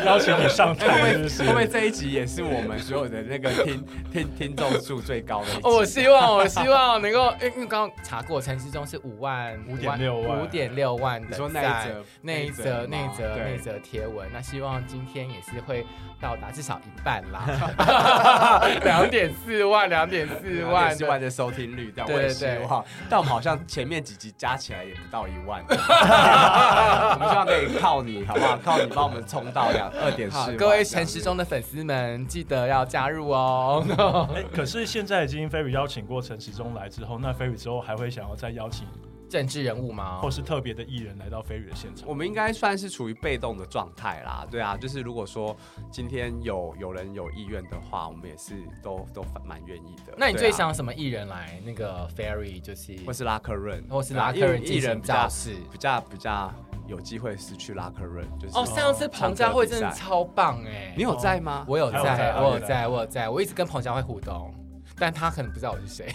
S1: 邀请你 上
S2: 哎会
S1: 台，
S2: 不
S1: 是
S2: 会
S1: 不是
S2: 会不会这一集也是我们所有的那个 听听听众数最高的一集？
S3: 哦我希望，我希 望能够，因为因为刚刚查过，陈时中是五万
S1: 5.6万
S3: 五点六万
S2: 你
S3: 的
S2: 说那一
S3: 赞
S2: 则
S3: 那一则那一则那一
S2: 哦对，
S3: 则贴文，那希望今天也是会到达至少一半啦， 两点四万，两点四万
S2: 四
S3: 的，
S2: 啊万的收听率，但
S3: 对
S2: 我也
S3: 对
S2: 希
S3: 对
S2: 望，但我们好像前面几集加起来也不到一 万，我们希望可以靠你，好不好？靠你帮我们冲到两二点四
S3: 好
S2: 万。，
S3: 各位
S2: 这样
S3: 陈
S2: 子
S3: 时中的粉丝们，记得要加入哦。
S1: 哎，可是现在已经菲比邀请过陈时中来之后，那菲比之后还会想要再邀请
S4: 啊
S3: 政治人物吗
S1: 或？是特别的艺人来到菲比的现场
S2: 我？们应该算是处于被动的状态啦，对啊，就是如果说今天有有人有意愿的话，我们也是都都蛮愿意的。
S3: 那你
S2: 对啊
S3: 最想什么艺人来？那个 Ferry 就是，
S2: 或是拉克润，
S3: 或是
S2: 对啊
S3: 拉克
S2: 因为
S3: 润
S2: 艺
S3: 进
S2: 人
S3: 行
S2: 比较
S3: 造势。
S2: 比较比较有机会失去拉克润，就是
S3: 哦，上次彭佳慧真的超棒哎、
S2: 你有在吗？
S3: 我有
S1: 还有
S3: 在
S1: 在，
S3: 我有
S1: 还有
S3: 在，
S1: 在
S3: 我有在，我一直跟彭佳慧互动，但她可能不知道我 是谁。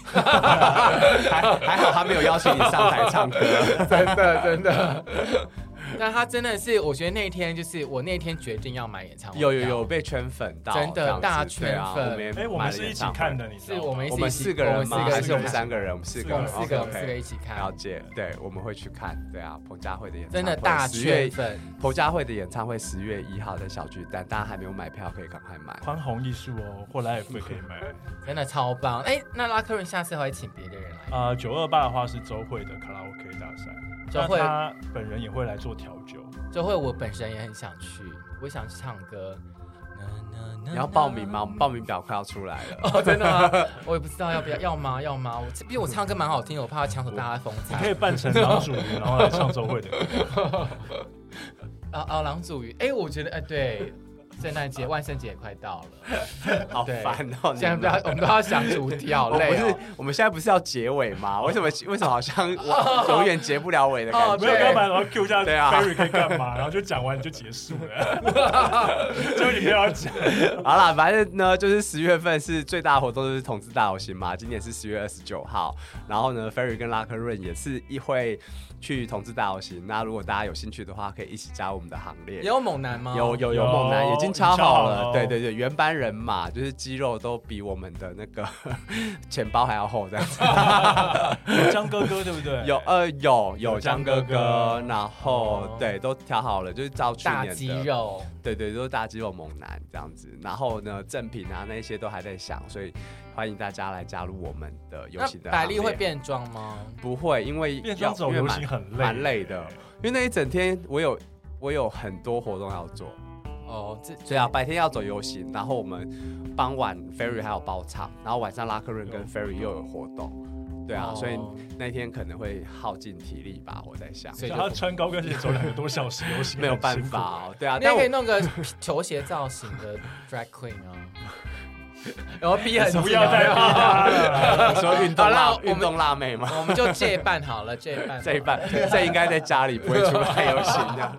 S2: 还还好他没有邀请你上台唱 歌，
S3: 真的真的。 但他真的是，我觉得那一天就是我那天决定要买演唱会，
S2: 有有有，被圈粉到，
S3: 真的
S2: 这样子
S3: 大圈
S2: 对啊
S3: 粉
S2: 我们也
S1: 哎，我
S2: 买了
S1: 们是
S2: 演
S1: 一起
S2: 唱会
S1: 看，的，你知
S3: 是
S1: 道吗
S3: 我们一起
S2: 我们四个人吗？
S3: 我们四个人
S2: 还是我们三个人？我们四个人，
S3: 我们四个
S2: OK，OK
S3: 四个一起看
S2: 了，解，对，我们会去看，对啊，彭佳慧的演唱会，
S3: 真的大
S2: 10月
S3: 圈粉，
S2: 彭佳慧的演唱会十月一号在小巨蛋，大家还没有买票可以赶 快买。
S1: 宽宏艺术哦，或来也可以 买。
S3: 真的超棒。哎，那拉克润下次还会请别的人
S2: 哦
S3: 来，
S1: 啊，九二八的话是周慧的卡拉 OK 大赛，
S3: 周
S1: 那
S3: 慧
S1: 他本人也会来做调酒。
S3: 就会我本身也很想去，我想去唱歌。嗯
S2: 你要报名吗？我们报名表快要出来 了。
S3: 哦，真的吗？我也不知道要不要，要吗？要吗？我毕竟我唱歌蛮好听，我怕抢走大家的风
S1: 你可
S3: 采
S1: 以。扮成郎主然后来唱周 慧的歌。
S3: 啊啊，郎祖筠，哎，我觉得哎，对，圣诞节、万圣节也快到 了，
S2: 好烦哦！
S3: 现在
S2: 你
S3: 不要，
S2: 们
S3: 我们都要想主题，好
S2: 我不
S3: 累
S2: 是
S3: 哦。
S2: 我们现在不是要结尾吗？为什么为什么好 像我永远结不了尾的
S3: 哦
S2: 感
S1: 没有，要
S3: 对
S1: 不
S2: 觉？
S1: 然我要 Q 一下
S2: 对啊
S1: Barry 可以干嘛，然后就讲完你就结束了， 就你不要讲。
S2: 好啦，反正呢，就是十月份是最大的活动，就是同志大游行嘛。今年是十月二十九号，然后呢，Ferry 跟拉克润也是一会去同志大游行。那如果大家有兴趣的话，可以一起加入我们的行列。
S3: 也有猛男吗？
S2: 有有有
S1: 有
S2: 猛男也经
S1: 敲
S2: 敲好
S1: 了
S2: 了，
S1: 哦
S2: 对对对，原班人马就是肌肉都比我们的那个 钱包还要厚，这样子。
S1: 有江哥哥对不对？
S2: 有呃有有
S1: 江
S2: 江哥
S1: 哥哥
S2: 哥，然
S1: 哦
S2: 后对都挑好了，就是照去
S3: 大
S2: 年
S3: 肌
S2: 的
S3: 肉，
S2: 对对，都是大肌肉猛男这样子。然后呢，赠品啊那些都还在想，所以欢迎大家来加入我们的游
S3: 那
S2: 戏的。
S3: 百丽会？变装吗？
S2: 不会，因为
S1: 变装
S2: 要
S1: 走
S2: 因为
S1: 流
S2: 蛮
S1: 行很累，
S2: 蛮累的，因为那一整天我有我有很多活动要做。
S3: 哦，这
S2: 所以啊，白天要走游行，然后我们傍晚 Ferry 还有包场，然后晚上拉克润跟 Ferry 又有活动。对啊，
S3: 哦
S2: 所以那天可能会耗尽体力吧，我在想，
S3: 所以
S1: 叫
S3: 就
S1: 他穿高跟鞋走两个多小时，游行
S2: 没有
S1: 很
S2: 办
S1: 辛苦
S2: 法哦。对啊，
S3: 你
S2: 但
S3: 也
S2: 我
S3: 可以弄个 球鞋造型的 drag queen 啊，然后逼很近哦
S1: 不要再逼他 了。
S2: 我说运动
S3: 好
S2: 辣
S3: 啦我
S2: 运
S3: 们
S2: 动辣妹嘛，
S3: 我们就这一半好了，这一半好了
S2: 这一半这应该在家里不会出来游行的。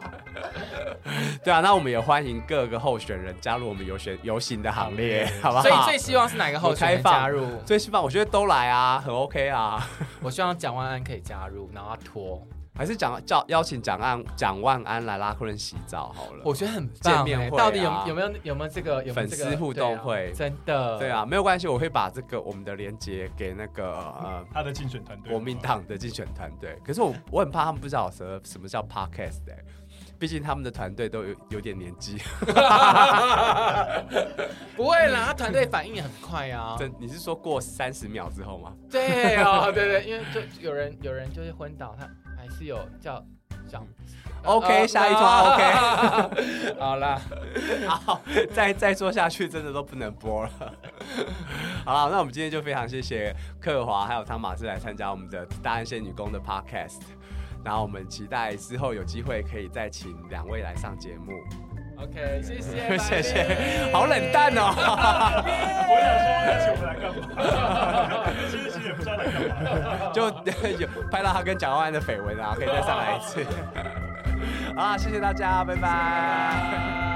S2: 对啊，那我们也欢迎各个候选人加入我们游选游行的行列， 好不好？
S3: 所以最希望是哪个候选人
S2: 我开放
S3: 加入？
S2: 最希望我觉得都来啊，很 OK 啊。
S3: 我希望蒋万安可以加入，然后他脱，
S2: 还是蒋叫邀请蒋安蒋万安来拉客人洗澡好了。
S3: 我觉得很棒、
S2: 见面
S3: 欸。
S2: 会啊
S3: 到底有有没有有没有这个有没有这个
S2: 粉丝互动会
S3: 对啊真的
S2: 对，啊，没有关系，我会把这个我们的连接给那个呃
S1: 他的竞选团队，
S2: 国民党的竞选团队。可是我我很怕他们不知道什么什么叫 podcast 哎、毕竟他们的团队都有有点年纪。
S3: 啊不会啦，他团队反应也很快啊。
S2: 真你是说过三十秒之后吗？
S3: 对哦，对对，因为就有人有人就是昏倒，他还是有叫蒋。
S2: 嗯 OK，下一团
S3: OK。好 啦，
S2: 好， 再再说下去真的都不能播了。 好了，那我们今天就非常谢谢克华还有汤马斯来参加我们的大安仙女宫的 podcast。然后我们期待之后有机会可以再请两位来上节目，
S3: OK，谢谢，
S2: 谢谢，好冷淡 哦。
S1: 我想说，那请我们来干嘛？ 其实其实也不知道来干嘛。
S2: 就 有拍到他跟蒋万 安的绯闻啊，可以再上来一次。好啦，谢谢大家，拜拜